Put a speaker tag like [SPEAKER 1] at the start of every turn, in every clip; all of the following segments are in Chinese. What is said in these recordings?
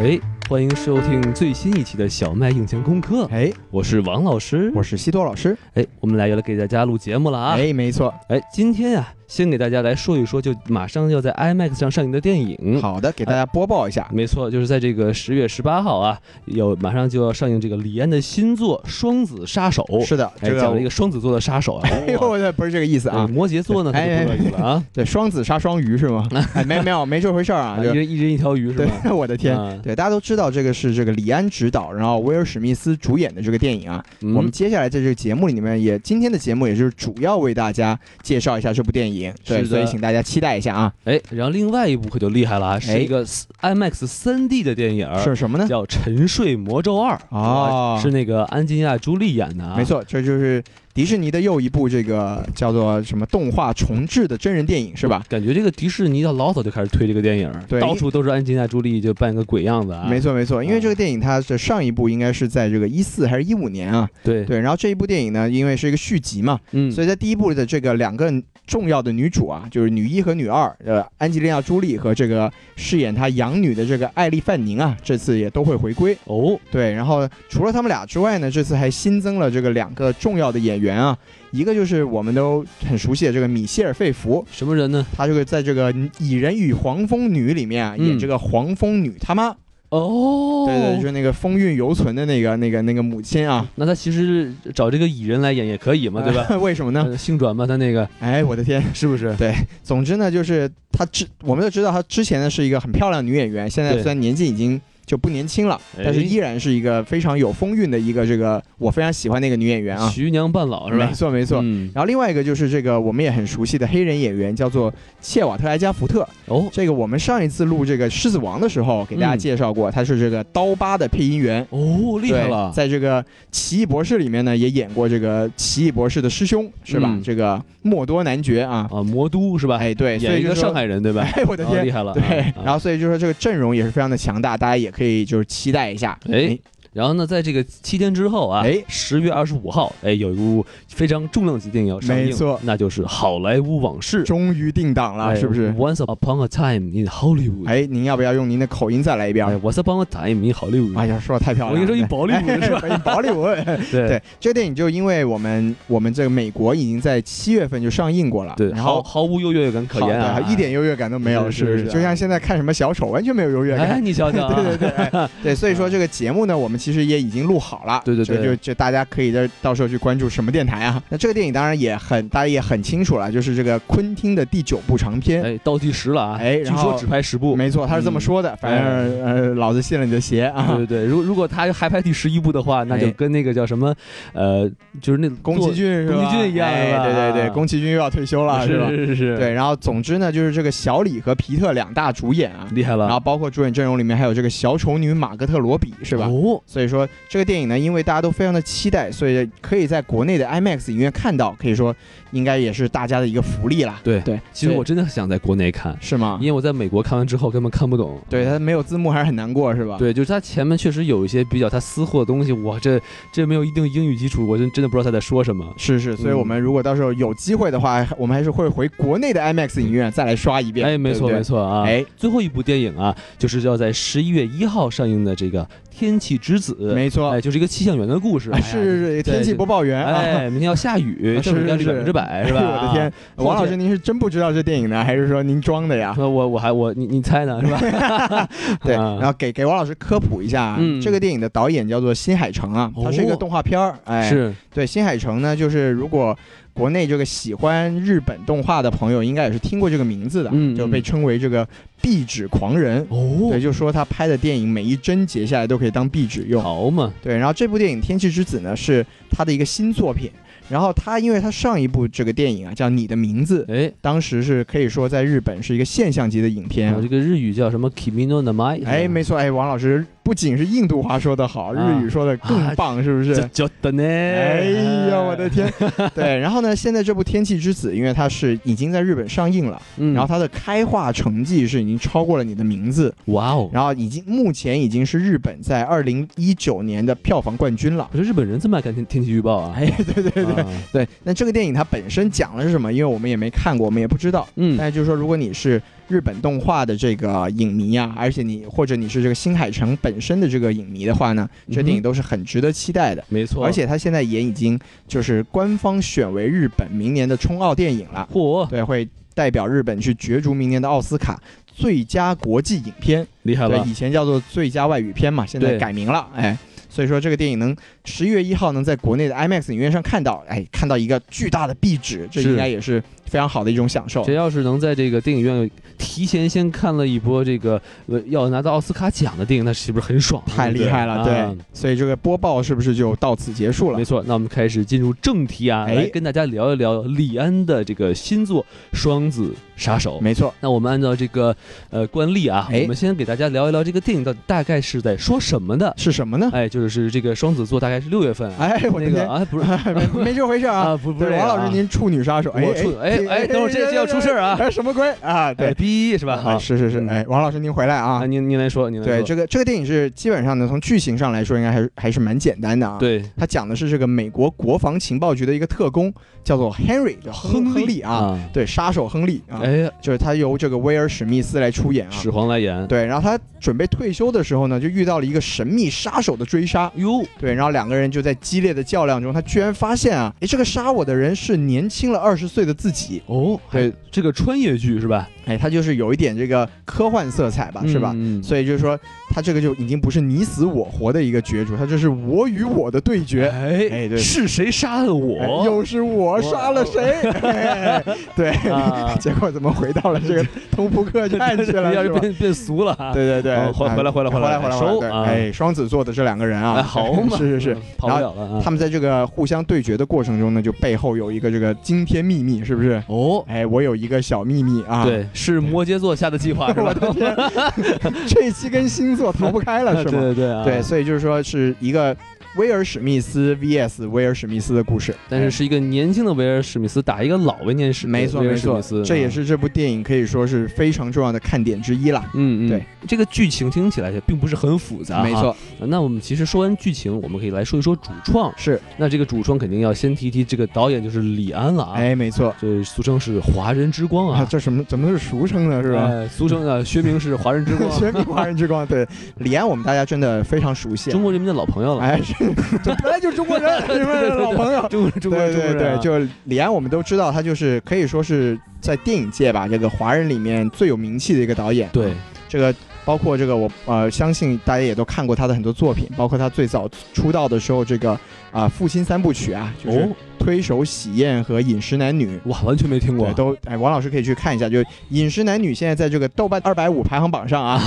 [SPEAKER 1] 哎，欢迎收听最新一期的小麦硬件功 课，
[SPEAKER 2] 哎，
[SPEAKER 1] 我是王老师。
[SPEAKER 2] 我是西多老师。
[SPEAKER 1] 哎，我们来又来给大家录节目了啊！
[SPEAKER 2] 哎，没错。
[SPEAKER 1] 哎，今天呀、先给大家来说一说，就马上要在 IMAX 上上映的电影。，
[SPEAKER 2] 好的，给大家播报一下。
[SPEAKER 1] 没错，就是在这个十月十八号啊，有马上就要上映这个李安的新作《双子杀手》。
[SPEAKER 2] 是的，
[SPEAKER 1] 哎，
[SPEAKER 2] 这
[SPEAKER 1] 讲了一
[SPEAKER 2] 个
[SPEAKER 1] 个双子座的杀手啊。
[SPEAKER 2] 哎呦，我不是这个意思
[SPEAKER 1] 啊，
[SPEAKER 2] 啊。
[SPEAKER 1] 摩羯座呢，可
[SPEAKER 2] 哎
[SPEAKER 1] 就不乐意了啊，
[SPEAKER 2] 对，双子杀双鱼 是吗？哎，没没有没这回事儿啊。
[SPEAKER 1] 啊一
[SPEAKER 2] 就
[SPEAKER 1] 人一人一条鱼是吧？
[SPEAKER 2] 对，我 的天。
[SPEAKER 1] 啊，
[SPEAKER 2] 对，大家都知道这个是这个李安执导，然后威尔史密斯主演的这个电影啊。
[SPEAKER 1] 嗯
[SPEAKER 2] 我们接下来在这个节目里面也，今天的节目也是主要为大家介绍一下这部电影。
[SPEAKER 1] 是
[SPEAKER 2] 对，
[SPEAKER 1] 的
[SPEAKER 2] 所以请大家期待一下啊。
[SPEAKER 1] 哎，然后另外一部可就厉害了啊，是一
[SPEAKER 2] 哎
[SPEAKER 1] 个 IMAX 三 D 的电影，
[SPEAKER 2] 是什么呢？
[SPEAKER 1] 啊 叫《沉睡魔咒二》啊
[SPEAKER 2] 哦
[SPEAKER 1] 是那个安吉亚·朱莉演的啊，
[SPEAKER 2] 没，错，这就是迪士尼的又一部这个叫做什么动画重制的真人电影是吧？
[SPEAKER 1] 感觉这个迪士尼要老早就开始推这个电影，
[SPEAKER 2] 对
[SPEAKER 1] 到处都是安吉亚·朱莉就扮个鬼样子啊，
[SPEAKER 2] 没，错没错，因为这个电影它的上一部应该是在这个一四还是一五年啊？
[SPEAKER 1] 对，
[SPEAKER 2] 对，然后这一部电影呢，因为是一个续集嘛，
[SPEAKER 1] 嗯，
[SPEAKER 2] 所以在第一部的这个两个重要的女主啊，就是女一和女二，呃，安吉丽娜·朱莉和这个饰演她养女的这个艾丽·范宁啊，这次也都会回归。
[SPEAKER 1] 哦，
[SPEAKER 2] 对，然后除了他们俩之外呢，这次还新增了这个两个重要的演员啊，一个就是我们都很熟悉的这个米歇尔·费弗，
[SPEAKER 1] 什么人呢？
[SPEAKER 2] 她这个在这个《蚁人与黄蜂女》里面啊，
[SPEAKER 1] 嗯
[SPEAKER 2] 演这个黄蜂女他妈。
[SPEAKER 1] 哦，
[SPEAKER 2] 对对，就是那个风韵犹存的那个、那个、那个母亲啊，
[SPEAKER 1] 那他其实找这个蚁人来演也可以嘛，对吧？？ 嗯
[SPEAKER 2] 为什么呢？
[SPEAKER 1] 呃性转嘛，他那 个
[SPEAKER 2] 哎，我的天！
[SPEAKER 1] 是不是？
[SPEAKER 2] 总之呢，就是她之，我们都知道她之前呢是一个很漂亮的女演员，现在
[SPEAKER 1] 对
[SPEAKER 2] 虽然年纪已经就不年轻了，
[SPEAKER 1] 哎
[SPEAKER 2] 但是依然是一个非常有风韵的一个这个我非常喜欢的一个女演员啊，
[SPEAKER 1] 徐娘半老是吧
[SPEAKER 2] 没？错没
[SPEAKER 1] 没
[SPEAKER 2] 错。
[SPEAKER 1] 嗯，
[SPEAKER 2] 然后另外一个就是这个我们也很熟悉的黑人演员，叫做切瓦特·埃加福特。
[SPEAKER 1] 哦
[SPEAKER 2] 这个我们上一次录这个《狮子王》的时候给大家
[SPEAKER 1] 嗯
[SPEAKER 2] 介绍过，他是这个刀疤的配音员。
[SPEAKER 1] 哦，厉害
[SPEAKER 2] 对
[SPEAKER 1] 了，
[SPEAKER 2] 在这个《奇异博士》里面呢，也演过这个奇异博士的师兄，是吧？
[SPEAKER 1] 嗯
[SPEAKER 2] 这个莫多男爵啊，
[SPEAKER 1] 啊，魔都是吧？
[SPEAKER 2] 哎，对，所
[SPEAKER 1] 演
[SPEAKER 2] 以
[SPEAKER 1] 一
[SPEAKER 2] 就
[SPEAKER 1] 个
[SPEAKER 2] 说
[SPEAKER 1] 上，海人对吧？
[SPEAKER 2] 哎，我的
[SPEAKER 1] 哦，厉
[SPEAKER 2] 天，
[SPEAKER 1] 害了，
[SPEAKER 2] 对
[SPEAKER 1] 啊，啊
[SPEAKER 2] 然后所以就说这个阵容也是非常的强大，大家也可以就是期待一下。
[SPEAKER 1] 哎，然后呢，在这个七天之后啊
[SPEAKER 2] 哎，
[SPEAKER 1] 十月二十五号，哎，有一部非常重量级电影要上映，
[SPEAKER 2] 没错
[SPEAKER 1] 那就是《好莱坞往事》
[SPEAKER 2] 终于定档了，
[SPEAKER 1] 哎
[SPEAKER 2] 是不是？
[SPEAKER 1] ？Once upon a time in Hollywood，
[SPEAKER 2] 哎，您要不要用您的口音再来一遍啊
[SPEAKER 1] 哎？，Once upon a time in Hollywood，
[SPEAKER 2] 哎呀，说的太漂
[SPEAKER 1] 我
[SPEAKER 2] 亮了！
[SPEAKER 1] 跟你说，一保利
[SPEAKER 2] 哎
[SPEAKER 1] 是吧？
[SPEAKER 2] 哎 保利文，
[SPEAKER 1] 对
[SPEAKER 2] 对这个电影就因为我们我们这个美国已经在七月份就上映过了，
[SPEAKER 1] 对，
[SPEAKER 2] 然
[SPEAKER 1] 毫
[SPEAKER 2] 后
[SPEAKER 1] 毫无优越感可
[SPEAKER 2] 好
[SPEAKER 1] 言啊，
[SPEAKER 2] 的一点优越感都没有，
[SPEAKER 1] 是是
[SPEAKER 2] 不
[SPEAKER 1] 是啊
[SPEAKER 2] 就像现在看什么小丑，完全没有优越
[SPEAKER 1] 哎，
[SPEAKER 2] 感。
[SPEAKER 1] 你瞧瞧啊，
[SPEAKER 2] 对对对， 哎对，所以说这个节目呢，我们其实也已经录好了，
[SPEAKER 1] 对对对哎
[SPEAKER 2] 就就就大家可以在到时候去关注什么电台啊。那这个电影当然也很大家也很清楚了，就是这个昆汀的第九部长篇。
[SPEAKER 1] 哎，倒计时了啊，
[SPEAKER 2] 哎
[SPEAKER 1] 据
[SPEAKER 2] 然后
[SPEAKER 1] 说只拍十部，
[SPEAKER 2] 没错，他是这么说的，
[SPEAKER 1] 嗯
[SPEAKER 2] 反正
[SPEAKER 1] 哎
[SPEAKER 2] 呃，老子信了你的邪
[SPEAKER 1] 对
[SPEAKER 2] 啊
[SPEAKER 1] 对，对，如如果他还拍第十一部的话，那就
[SPEAKER 2] 哎
[SPEAKER 1] 跟那个叫什么，呃，就是那
[SPEAKER 2] 宫崎骏是吧？
[SPEAKER 1] 宫崎骏一样是
[SPEAKER 2] 哎
[SPEAKER 1] 吧啊
[SPEAKER 2] 对对对，宫崎骏又要退休了
[SPEAKER 1] 是
[SPEAKER 2] 吧？
[SPEAKER 1] 是是是，
[SPEAKER 2] 对，然后总之呢，就是这个小李和皮特两大主演啊，
[SPEAKER 1] 厉害了，
[SPEAKER 2] 然后包括主演阵容里面还有这个小丑女玛格特罗比，是吧？
[SPEAKER 1] 哦，
[SPEAKER 2] 所以说这个电影呢，因为大家都非常的期待，所以可以在国内的 IMAX 影院看到，可以说应该也是大家的一个福利啦。
[SPEAKER 1] 对
[SPEAKER 2] 对，
[SPEAKER 1] 其实我真的想在国内看，
[SPEAKER 2] 是吗
[SPEAKER 1] 因？为我在美国看完之后根本看不懂。
[SPEAKER 2] 对，它没有字幕还是很难过，是吧？，
[SPEAKER 1] 对，就是他前面确实有一些比较他私货的东西，我这这没有一定英语基础，我真真的不知道他在说什么。
[SPEAKER 2] 是是，所以我们如果到时候有机会的话，我们还是会回国内的 IMAX 影院再来刷一遍。
[SPEAKER 1] 哎，没错没
[SPEAKER 2] 对不对。
[SPEAKER 1] 错啊！
[SPEAKER 2] 哎，
[SPEAKER 1] 最后一部电影啊，就是要在十一月一号上映的这个《天气之子》，
[SPEAKER 2] 没错，
[SPEAKER 1] 哎，就是一个气象员的故事。哎
[SPEAKER 2] 啊
[SPEAKER 1] 呀
[SPEAKER 2] 是是是，天气播。报员
[SPEAKER 1] 对
[SPEAKER 2] 啊。
[SPEAKER 1] 哎，明天要下雨，
[SPEAKER 2] 啊
[SPEAKER 1] 正应该
[SPEAKER 2] 是
[SPEAKER 1] 率百分
[SPEAKER 2] 是
[SPEAKER 1] 之 百， 是吧？
[SPEAKER 2] 哎呦我的天，
[SPEAKER 1] 后
[SPEAKER 2] 王老
[SPEAKER 1] 天
[SPEAKER 2] 师，您是真不知道这电影呢，还是说您装的呀
[SPEAKER 1] 啊！？说我我还我你你猜呢是吧？
[SPEAKER 2] 对，
[SPEAKER 1] 啊
[SPEAKER 2] 然后给给王老师科普一下啊，
[SPEAKER 1] 嗯
[SPEAKER 2] 这个电影的导演叫做新海诚啊，
[SPEAKER 1] 哦
[SPEAKER 2] 它是一个动画片儿，哎，
[SPEAKER 1] 是
[SPEAKER 2] 对，新海诚呢，就是如果国内这个喜欢日本动画的朋友，应该也是听过这个名字的，
[SPEAKER 1] 嗯
[SPEAKER 2] 就被称为这个壁纸狂人。
[SPEAKER 1] 哦
[SPEAKER 2] 对，，就说他拍的电影每一帧截下来都可以当壁纸用。
[SPEAKER 1] 好嘛，
[SPEAKER 2] 对，然后这部电影《天气之子》呢是他的一个新作品。然后他因为他上一部这个电影啊叫《你的名字》，
[SPEAKER 1] 哎，
[SPEAKER 2] 当时是可以说在日本是一个现象级的影片
[SPEAKER 1] 我
[SPEAKER 2] 啊
[SPEAKER 1] 这。个日语叫什么 “kimi no n a m a
[SPEAKER 2] 哎，没错，哎，王老师不仅是印度话说得好，
[SPEAKER 1] 嗯啊
[SPEAKER 2] 日语说的更棒，是不
[SPEAKER 1] 这
[SPEAKER 2] 是？
[SPEAKER 1] 叫的呢。
[SPEAKER 2] 哎呀，我 的，天！对，然后呢，现在这部《天气之子》，因为它是已经在日本上映了，
[SPEAKER 1] 嗯，
[SPEAKER 2] 然后它的开画成绩是已经超过了你的名字，
[SPEAKER 1] 哇哦，
[SPEAKER 2] 然后已经目前已经是日本在二零一九年的票房冠军了。
[SPEAKER 1] 我说日本人这么爱看天天气预报啊？
[SPEAKER 2] 哎，对对对、
[SPEAKER 1] 啊
[SPEAKER 2] 对，那这个电影它本身讲的是什么？因为我们也没看过，我们也不知道。
[SPEAKER 1] 嗯，
[SPEAKER 2] 但是就是说，如果你是日本动画的这个影迷啊，而且你或者你是这个新海诚本身的这个影迷的话呢，
[SPEAKER 1] 嗯
[SPEAKER 2] 这电影都是很值得期待的。
[SPEAKER 1] 没错，
[SPEAKER 2] 而且它现在也已经就是官方选为日本明年的冲奥电影了，
[SPEAKER 1] 嚯，
[SPEAKER 2] 对，会代表日本去角逐明年的奥斯卡最佳国际影片。
[SPEAKER 1] 厉害
[SPEAKER 2] 对
[SPEAKER 1] 了，，
[SPEAKER 2] 以前叫做最佳外语片嘛，现在
[SPEAKER 1] 对
[SPEAKER 2] 改名了，哎。所以说这个电影能十一月一号能在国内的 IMAX 影院上看到，哎，看到一个巨大的壁纸，这
[SPEAKER 1] 是
[SPEAKER 2] 应该也是非常好的一种享受
[SPEAKER 1] 这。要是能在这个电影院提前先看了一波这个呃要拿到奥斯卡奖的电影，那是不是很爽啊？
[SPEAKER 2] 太
[SPEAKER 1] 对不
[SPEAKER 2] 厉害了，
[SPEAKER 1] 啊
[SPEAKER 2] 对，所以这个播报是不是就到此结束了
[SPEAKER 1] 没？错，那我们开始进入正题啊，
[SPEAKER 2] 哎
[SPEAKER 1] 来跟大家聊一聊李安的这个新作《双子杀手》。
[SPEAKER 2] 没错，
[SPEAKER 1] 那我们按照这个呃惯例啊，
[SPEAKER 2] 哎
[SPEAKER 1] 我们先给大家聊一聊这个电影到底大概是在说什么的。
[SPEAKER 2] 是什么 呢？
[SPEAKER 1] 哎，就是这个双子座大概是六月份、啊，
[SPEAKER 2] 哎，我的
[SPEAKER 1] 那个
[SPEAKER 2] 天，
[SPEAKER 1] 啊不是
[SPEAKER 2] 没没这回事啊！
[SPEAKER 1] 啊不不是这
[SPEAKER 2] 对，
[SPEAKER 1] 个
[SPEAKER 2] 王
[SPEAKER 1] 啊
[SPEAKER 2] 老师，您处女杀手，哎
[SPEAKER 1] 我处哎哎等会儿这这要出事儿啊
[SPEAKER 2] 哎，什么鬼啊？
[SPEAKER 1] 哎
[SPEAKER 2] 对，
[SPEAKER 1] 逼是吧？
[SPEAKER 2] 哎
[SPEAKER 1] 啊，
[SPEAKER 2] 是是是，
[SPEAKER 1] 嗯
[SPEAKER 2] 哎，王老师您回来啊
[SPEAKER 1] 啊，！您您来说，您来
[SPEAKER 2] 对，
[SPEAKER 1] 说，
[SPEAKER 2] 这个这个电影是基本上呢，从剧情上来说，应该还是还是蛮简单的啊。
[SPEAKER 1] 对
[SPEAKER 2] 他讲的是这个美国国防情报局的一个特工，叫做 Henry，叫亨亨利啊，
[SPEAKER 1] 啊，
[SPEAKER 2] 对，杀手亨利啊，
[SPEAKER 1] 哎，
[SPEAKER 2] 就是他由这个威尔史密斯来出演啊。
[SPEAKER 1] 始皇来演，
[SPEAKER 2] 对，然后他准备退休的时候呢，就遇到了一个神秘杀手的追杀。
[SPEAKER 1] 哟，
[SPEAKER 2] 对，然后两个人就在激烈的较量中，他居然发现啊，诶，这个杀我的人是年轻了二十岁的自己。
[SPEAKER 1] 哦，
[SPEAKER 2] 对
[SPEAKER 1] 还，这个穿越剧是吧？
[SPEAKER 2] 哎，他就是有一点这个科幻色彩吧，啊是吧？
[SPEAKER 1] 嗯
[SPEAKER 2] 所以就是说，他这个就已经不是你死我活的一个角逐，他这是我与我的对决。
[SPEAKER 1] 哎
[SPEAKER 2] 哎对
[SPEAKER 1] 是谁杀了我？
[SPEAKER 2] 哎又是我杀了 谁？哎对，
[SPEAKER 1] 啊
[SPEAKER 2] 结果怎么回到了这个通扑克战去了？
[SPEAKER 1] 要
[SPEAKER 2] 是
[SPEAKER 1] 是
[SPEAKER 2] 吧？
[SPEAKER 1] 变变俗了啊，
[SPEAKER 2] 对对对，
[SPEAKER 1] 哦回
[SPEAKER 2] 哎
[SPEAKER 1] 回来回来
[SPEAKER 2] 回
[SPEAKER 1] 回来
[SPEAKER 2] 回来
[SPEAKER 1] 收
[SPEAKER 2] 对
[SPEAKER 1] 啊
[SPEAKER 2] 哎，双子座的这两个人
[SPEAKER 1] 哎，
[SPEAKER 2] 啊，
[SPEAKER 1] 好嘛，
[SPEAKER 2] 是是是
[SPEAKER 1] 嗯，，跑不了了啊。
[SPEAKER 2] 他们在这个互相对决的过程中呢，就背后有一个这个惊天秘密，是不是？
[SPEAKER 1] 哦，
[SPEAKER 2] 哎，我有一个小秘密啊。，
[SPEAKER 1] 对，是摩羯座下的计划是吧
[SPEAKER 2] 我？的天， 这期跟星座逃不开了，
[SPEAKER 1] 对
[SPEAKER 2] 是吗？
[SPEAKER 1] 对对啊，
[SPEAKER 2] 对，所以就是说是一个威尔史密斯 VS 威尔史密斯的故事，
[SPEAKER 1] 但是
[SPEAKER 2] 哎
[SPEAKER 1] 是一个年轻的维尔史密斯打一个老威廉史，
[SPEAKER 2] 没错
[SPEAKER 1] 威
[SPEAKER 2] 没
[SPEAKER 1] 尔史
[SPEAKER 2] 错
[SPEAKER 1] 密斯，，
[SPEAKER 2] 这也
[SPEAKER 1] 啊。
[SPEAKER 2] 是这部电影可以说是非常重要的看点之一啦。
[SPEAKER 1] 嗯嗯，
[SPEAKER 2] 对，
[SPEAKER 1] 这个剧情听起来也并不是很复杂，
[SPEAKER 2] 没。错，
[SPEAKER 1] 那我们其实说完剧情，我们可以来说一说主创。
[SPEAKER 2] 是，
[SPEAKER 1] 那这个主创肯定要先提一提这个导演就是李安了啊，
[SPEAKER 2] 哎，没错
[SPEAKER 1] 这俗称是华人之光
[SPEAKER 2] 啊，
[SPEAKER 1] 啊，
[SPEAKER 2] 这什么怎么是俗称 呢？是啊吧？，
[SPEAKER 1] 哎俗称啊，学名是华人之光
[SPEAKER 2] 全民华人之光，对李安，我们大家真的非常熟悉啊。
[SPEAKER 1] 中国人民的老朋友了，
[SPEAKER 2] 哎，是， 这本来就是中国人，你们老朋友。
[SPEAKER 1] 中中国
[SPEAKER 2] 对
[SPEAKER 1] 人中国
[SPEAKER 2] 对
[SPEAKER 1] 人
[SPEAKER 2] 对，
[SPEAKER 1] 啊，
[SPEAKER 2] 就李安，我们都知道他就是可以说是在电影界吧，这个华人里面最有名气的一个导演。啊
[SPEAKER 1] 对，
[SPEAKER 2] 这个包括这个我呃，相信大家也都看过他的很多作品，包括他最早出道的时候，这个啊、父亲三部曲啊，就是《
[SPEAKER 1] 哦，
[SPEAKER 2] 推手喜宴》和《饮食男女》。
[SPEAKER 1] 哇，完全没听过
[SPEAKER 2] 对，，都哎，王老师可以去看一下，就《饮食男女》现在在这个豆瓣二百五排行榜上 啊，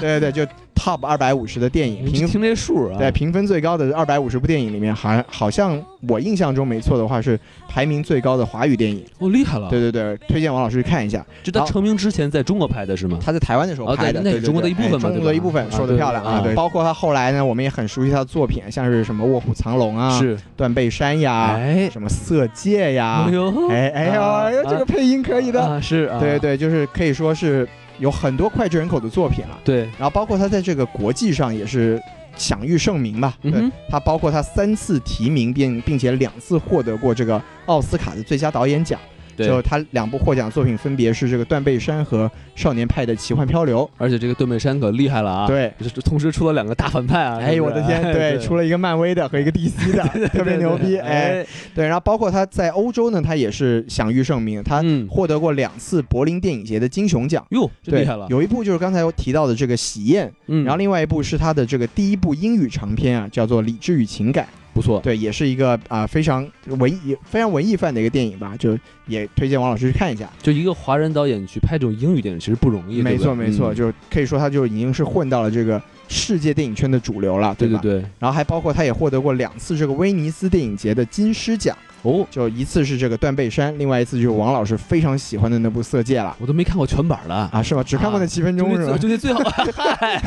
[SPEAKER 2] 对对对，就 top 二百五十的电影，
[SPEAKER 1] 你
[SPEAKER 2] 评
[SPEAKER 1] 听这数啊，
[SPEAKER 2] 对，评分最高的二百五十部电影里面，好像好像我印象中没错的话是排名最高的华语电影。
[SPEAKER 1] 哦，厉害了，
[SPEAKER 2] 对对对，推荐王老师去看一下，
[SPEAKER 1] 就他
[SPEAKER 2] 好
[SPEAKER 1] 成名之前在中国拍的是吗？
[SPEAKER 2] 他在台湾的时候
[SPEAKER 1] 哦
[SPEAKER 2] 拍
[SPEAKER 1] 对
[SPEAKER 2] 的，
[SPEAKER 1] 那也
[SPEAKER 2] 对
[SPEAKER 1] 中国的
[SPEAKER 2] 对
[SPEAKER 1] 一部分
[SPEAKER 2] 哎
[SPEAKER 1] 嘛
[SPEAKER 2] 中
[SPEAKER 1] 对
[SPEAKER 2] 国的
[SPEAKER 1] 吧
[SPEAKER 2] 一部分，
[SPEAKER 1] 啊
[SPEAKER 2] 说的
[SPEAKER 1] 对
[SPEAKER 2] 漂亮啊，
[SPEAKER 1] 啊
[SPEAKER 2] 对，包括他后来呢，我们也很熟悉他的作品，像是什么《卧虎藏龙》啊，《
[SPEAKER 1] 是，
[SPEAKER 2] 断背山》呀，
[SPEAKER 1] 哎，
[SPEAKER 2] 什么《色戒》呀
[SPEAKER 1] 哎，呦，
[SPEAKER 2] 哎哎呦
[SPEAKER 1] 啊
[SPEAKER 2] 哎呦，这个配音可以的，
[SPEAKER 1] 啊，是，啊
[SPEAKER 2] 对对，就是可以说是有很多脍炙人口的作品了。
[SPEAKER 1] 对，
[SPEAKER 2] 然后包括他在这个国际上也是享誉盛名吧。
[SPEAKER 1] 嗯
[SPEAKER 2] 对
[SPEAKER 1] 哼，
[SPEAKER 2] 他包括他三次提名并并且两次获得过这个奥斯卡的最佳导演奖。
[SPEAKER 1] 对
[SPEAKER 2] 就他两部获奖作品分别是这个《断背山》和《少年派的奇幻漂流》。
[SPEAKER 1] 而且这个断背山可厉害了啊，，
[SPEAKER 2] 对。
[SPEAKER 1] 这这同时出了两个大反派啊，
[SPEAKER 2] 哎
[SPEAKER 1] 是
[SPEAKER 2] 呦
[SPEAKER 1] 不
[SPEAKER 2] 我
[SPEAKER 1] 是
[SPEAKER 2] 的 天！
[SPEAKER 1] 哎
[SPEAKER 2] 对，出了一个漫威的和一个 DC 的，特别牛逼。哎，，对，然后包括他在欧洲呢，他也是享誉盛名，他
[SPEAKER 1] 嗯
[SPEAKER 2] 获得过两次柏林电影节的金熊奖。
[SPEAKER 1] 哟，这
[SPEAKER 2] 对
[SPEAKER 1] 厉害了，
[SPEAKER 2] 有一部就是刚才我提到的这个《喜宴》，
[SPEAKER 1] 嗯，
[SPEAKER 2] 然后另外一部是他的这个第一部英语长篇啊，叫做《理智与情感》。
[SPEAKER 1] 不错，
[SPEAKER 2] 对，也是一个啊、非常文艺、非常文艺范的一个电影吧，就也推荐王老师去看一下。
[SPEAKER 1] 就一个华人导演去拍这种英语电影，其实不容易。
[SPEAKER 2] 没
[SPEAKER 1] 对
[SPEAKER 2] 错，
[SPEAKER 1] 不对
[SPEAKER 2] 没
[SPEAKER 1] 嗯
[SPEAKER 2] 错，就可以说他就已经是混到了这个世界电影圈的主流了，
[SPEAKER 1] 对
[SPEAKER 2] 吧？
[SPEAKER 1] 对对。
[SPEAKER 2] 然后还包括他也获得过两次这个威尼斯电影节的金狮奖，
[SPEAKER 1] 哦，
[SPEAKER 2] 就一次是这个《断背山》，另外一次就是王老师非常喜欢的那部《色戒》了。
[SPEAKER 1] 我都没看过全版了
[SPEAKER 2] 啊，是吗？只看过那七分
[SPEAKER 1] 就
[SPEAKER 2] 钟、
[SPEAKER 1] 那
[SPEAKER 2] 是
[SPEAKER 1] 最
[SPEAKER 2] 吧？
[SPEAKER 1] 就那最好，嗨，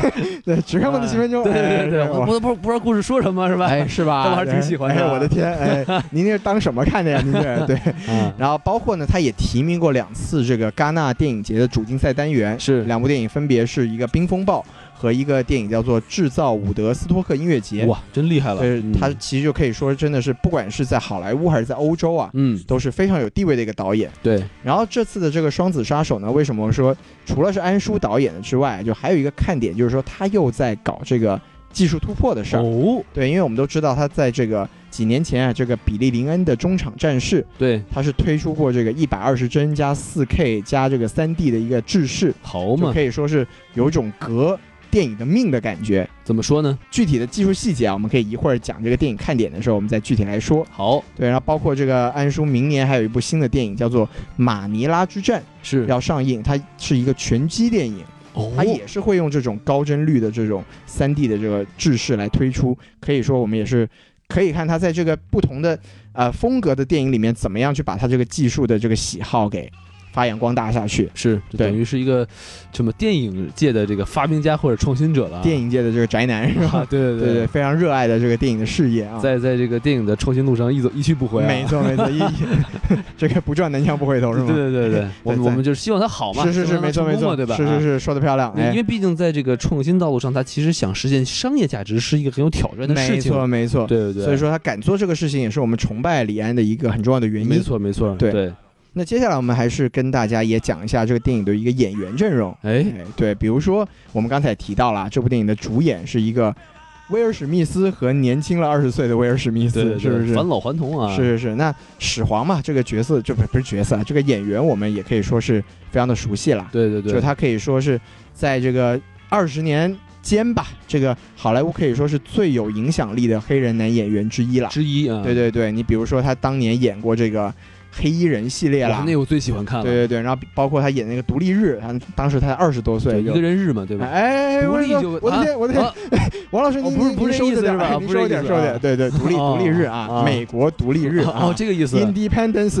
[SPEAKER 2] 对，只看过那七分钟。
[SPEAKER 1] 对对对对，
[SPEAKER 2] 哎
[SPEAKER 1] 我我都不知道不知道故事说什么是吧？
[SPEAKER 2] 哎，是吧？
[SPEAKER 1] 但我还是挺喜欢的
[SPEAKER 2] 哎，我的天，哎， 您这是当什么看的呀？您这对。
[SPEAKER 1] 啊，
[SPEAKER 2] 然后包括呢，他也提名过两次这个戛纳电影节的主竞赛单元，
[SPEAKER 1] 是
[SPEAKER 2] 两部电影分别是一个《冰风暴》和一个电影叫做《制造伍德斯托克音乐节》。
[SPEAKER 1] 哇，真厉害了，
[SPEAKER 2] 对，他
[SPEAKER 1] 嗯
[SPEAKER 2] 其实就可以说，真的是不管是在好莱坞还是在欧洲啊，
[SPEAKER 1] 嗯，
[SPEAKER 2] 都是非常有地位的一个导演。
[SPEAKER 1] 对，
[SPEAKER 2] 然后这次的这个《双子杀手》呢，为什么说除了是安叔导演的之外，就还有一个看点，就是说他又在搞这个技术突破的事儿。
[SPEAKER 1] 哦，
[SPEAKER 2] 对，因为我们都知道他在这个几年前啊，这个比利林恩的中场战事，
[SPEAKER 1] 对，
[SPEAKER 2] 他是推出过这个一百二十帧加四 K 加这个三 D 的一个制式，
[SPEAKER 1] 好
[SPEAKER 2] 就
[SPEAKER 1] 嘛
[SPEAKER 2] 可，以说是有一种革电影的命的感觉。
[SPEAKER 1] 怎么说呢？
[SPEAKER 2] 具体的技术细节啊，我们可以一会儿讲这个电影看点的时候，我们再具体来说。
[SPEAKER 1] 好，
[SPEAKER 2] 对，然后包括这个安叔明年还有一部新的电影叫做《马尼拉之战》
[SPEAKER 1] 是，
[SPEAKER 2] 要上映，它是一个拳击电影，
[SPEAKER 1] 哦，
[SPEAKER 2] 它也是会用这种高帧率的这种三 D 的这个制式来推出，可以说我们也是可以看它在这个不同的呃风格的电影里面，怎么样去把它这个技术的这个喜好给发扬光大下去。
[SPEAKER 1] 是，就
[SPEAKER 2] 对
[SPEAKER 1] 等于是一个什么电影界的这个发明家或者创新者了啊，
[SPEAKER 2] 电影界的这个宅男是
[SPEAKER 1] 啊，
[SPEAKER 2] 吧？
[SPEAKER 1] 对对
[SPEAKER 2] 对对，非常热爱的这个电影的事业啊。
[SPEAKER 1] 在在这个电影的创新路上一走一去不回啊，
[SPEAKER 2] 没错没错，一 这个不撞南墙不回头是
[SPEAKER 1] 对
[SPEAKER 2] 吗？
[SPEAKER 1] 对对对，我们
[SPEAKER 2] 在
[SPEAKER 1] 我们就是希望它好嘛，
[SPEAKER 2] 是是
[SPEAKER 1] 希
[SPEAKER 2] 是，
[SPEAKER 1] 望它
[SPEAKER 2] 没错
[SPEAKER 1] 成
[SPEAKER 2] 没
[SPEAKER 1] 功嘛
[SPEAKER 2] 错，
[SPEAKER 1] 对吧？
[SPEAKER 2] 是
[SPEAKER 1] 啊
[SPEAKER 2] 是是，说的漂亮，
[SPEAKER 1] 因
[SPEAKER 2] 哎
[SPEAKER 1] 为，毕竟在这个创新道路上，他其实想实现商业价值是一个很有挑战的事
[SPEAKER 2] 没
[SPEAKER 1] 情。
[SPEAKER 2] 错没错。
[SPEAKER 1] 对对对，
[SPEAKER 2] 所以说他敢做这个事情，也是我们崇拜李安的一个很重要的原因。
[SPEAKER 1] 没错没错，
[SPEAKER 2] 对
[SPEAKER 1] 对，
[SPEAKER 2] 那接下来我们还是跟大家也讲一下这个电影的一个演员阵容。
[SPEAKER 1] 哎，
[SPEAKER 2] 哎，对，比如说我们刚才也提到了，这部电影的主演是一个威尔史密斯和年轻了二十岁的威尔史密斯，
[SPEAKER 1] 对对
[SPEAKER 2] 是不
[SPEAKER 1] 对，
[SPEAKER 2] 是？
[SPEAKER 1] 返老还童啊，
[SPEAKER 2] 是是是，那始皇嘛，这个角色就不不是角色啊，这个演员我们也可以说是非常的熟悉了，
[SPEAKER 1] 对对对，
[SPEAKER 2] 就他可以说是在这个二十年间吧，这个好莱坞可以说是最有影响力的黑人男演员之一了。
[SPEAKER 1] 之一啊，
[SPEAKER 2] 对对对，你比如说他当年演过这个黑衣人系列
[SPEAKER 1] 哇，
[SPEAKER 2] 啦，
[SPEAKER 1] 那我最喜欢看了，
[SPEAKER 2] 对对对，然后包括他演那个独立日，他当时他才二十多岁，
[SPEAKER 1] 就一个
[SPEAKER 2] 人。
[SPEAKER 1] 人日嘛，对吧？
[SPEAKER 2] 哎，
[SPEAKER 1] 独
[SPEAKER 2] 我
[SPEAKER 1] 立
[SPEAKER 2] 的
[SPEAKER 1] 就
[SPEAKER 2] 我的天，我的天，
[SPEAKER 1] 啊
[SPEAKER 2] 王老师，
[SPEAKER 1] 哦
[SPEAKER 2] 您
[SPEAKER 1] 不是
[SPEAKER 2] 您
[SPEAKER 1] 不是这
[SPEAKER 2] 您收
[SPEAKER 1] 意
[SPEAKER 2] 着
[SPEAKER 1] 思
[SPEAKER 2] 点
[SPEAKER 1] 是吧
[SPEAKER 2] 啊
[SPEAKER 1] 啊
[SPEAKER 2] 您
[SPEAKER 1] 不是这
[SPEAKER 2] 收着点，
[SPEAKER 1] 意
[SPEAKER 2] 收
[SPEAKER 1] 思
[SPEAKER 2] 着
[SPEAKER 1] 啊
[SPEAKER 2] 点，对对，独立独立日啊
[SPEAKER 1] 啊，
[SPEAKER 2] 美国独立日啊
[SPEAKER 1] 哦，这个意思
[SPEAKER 2] ，Independence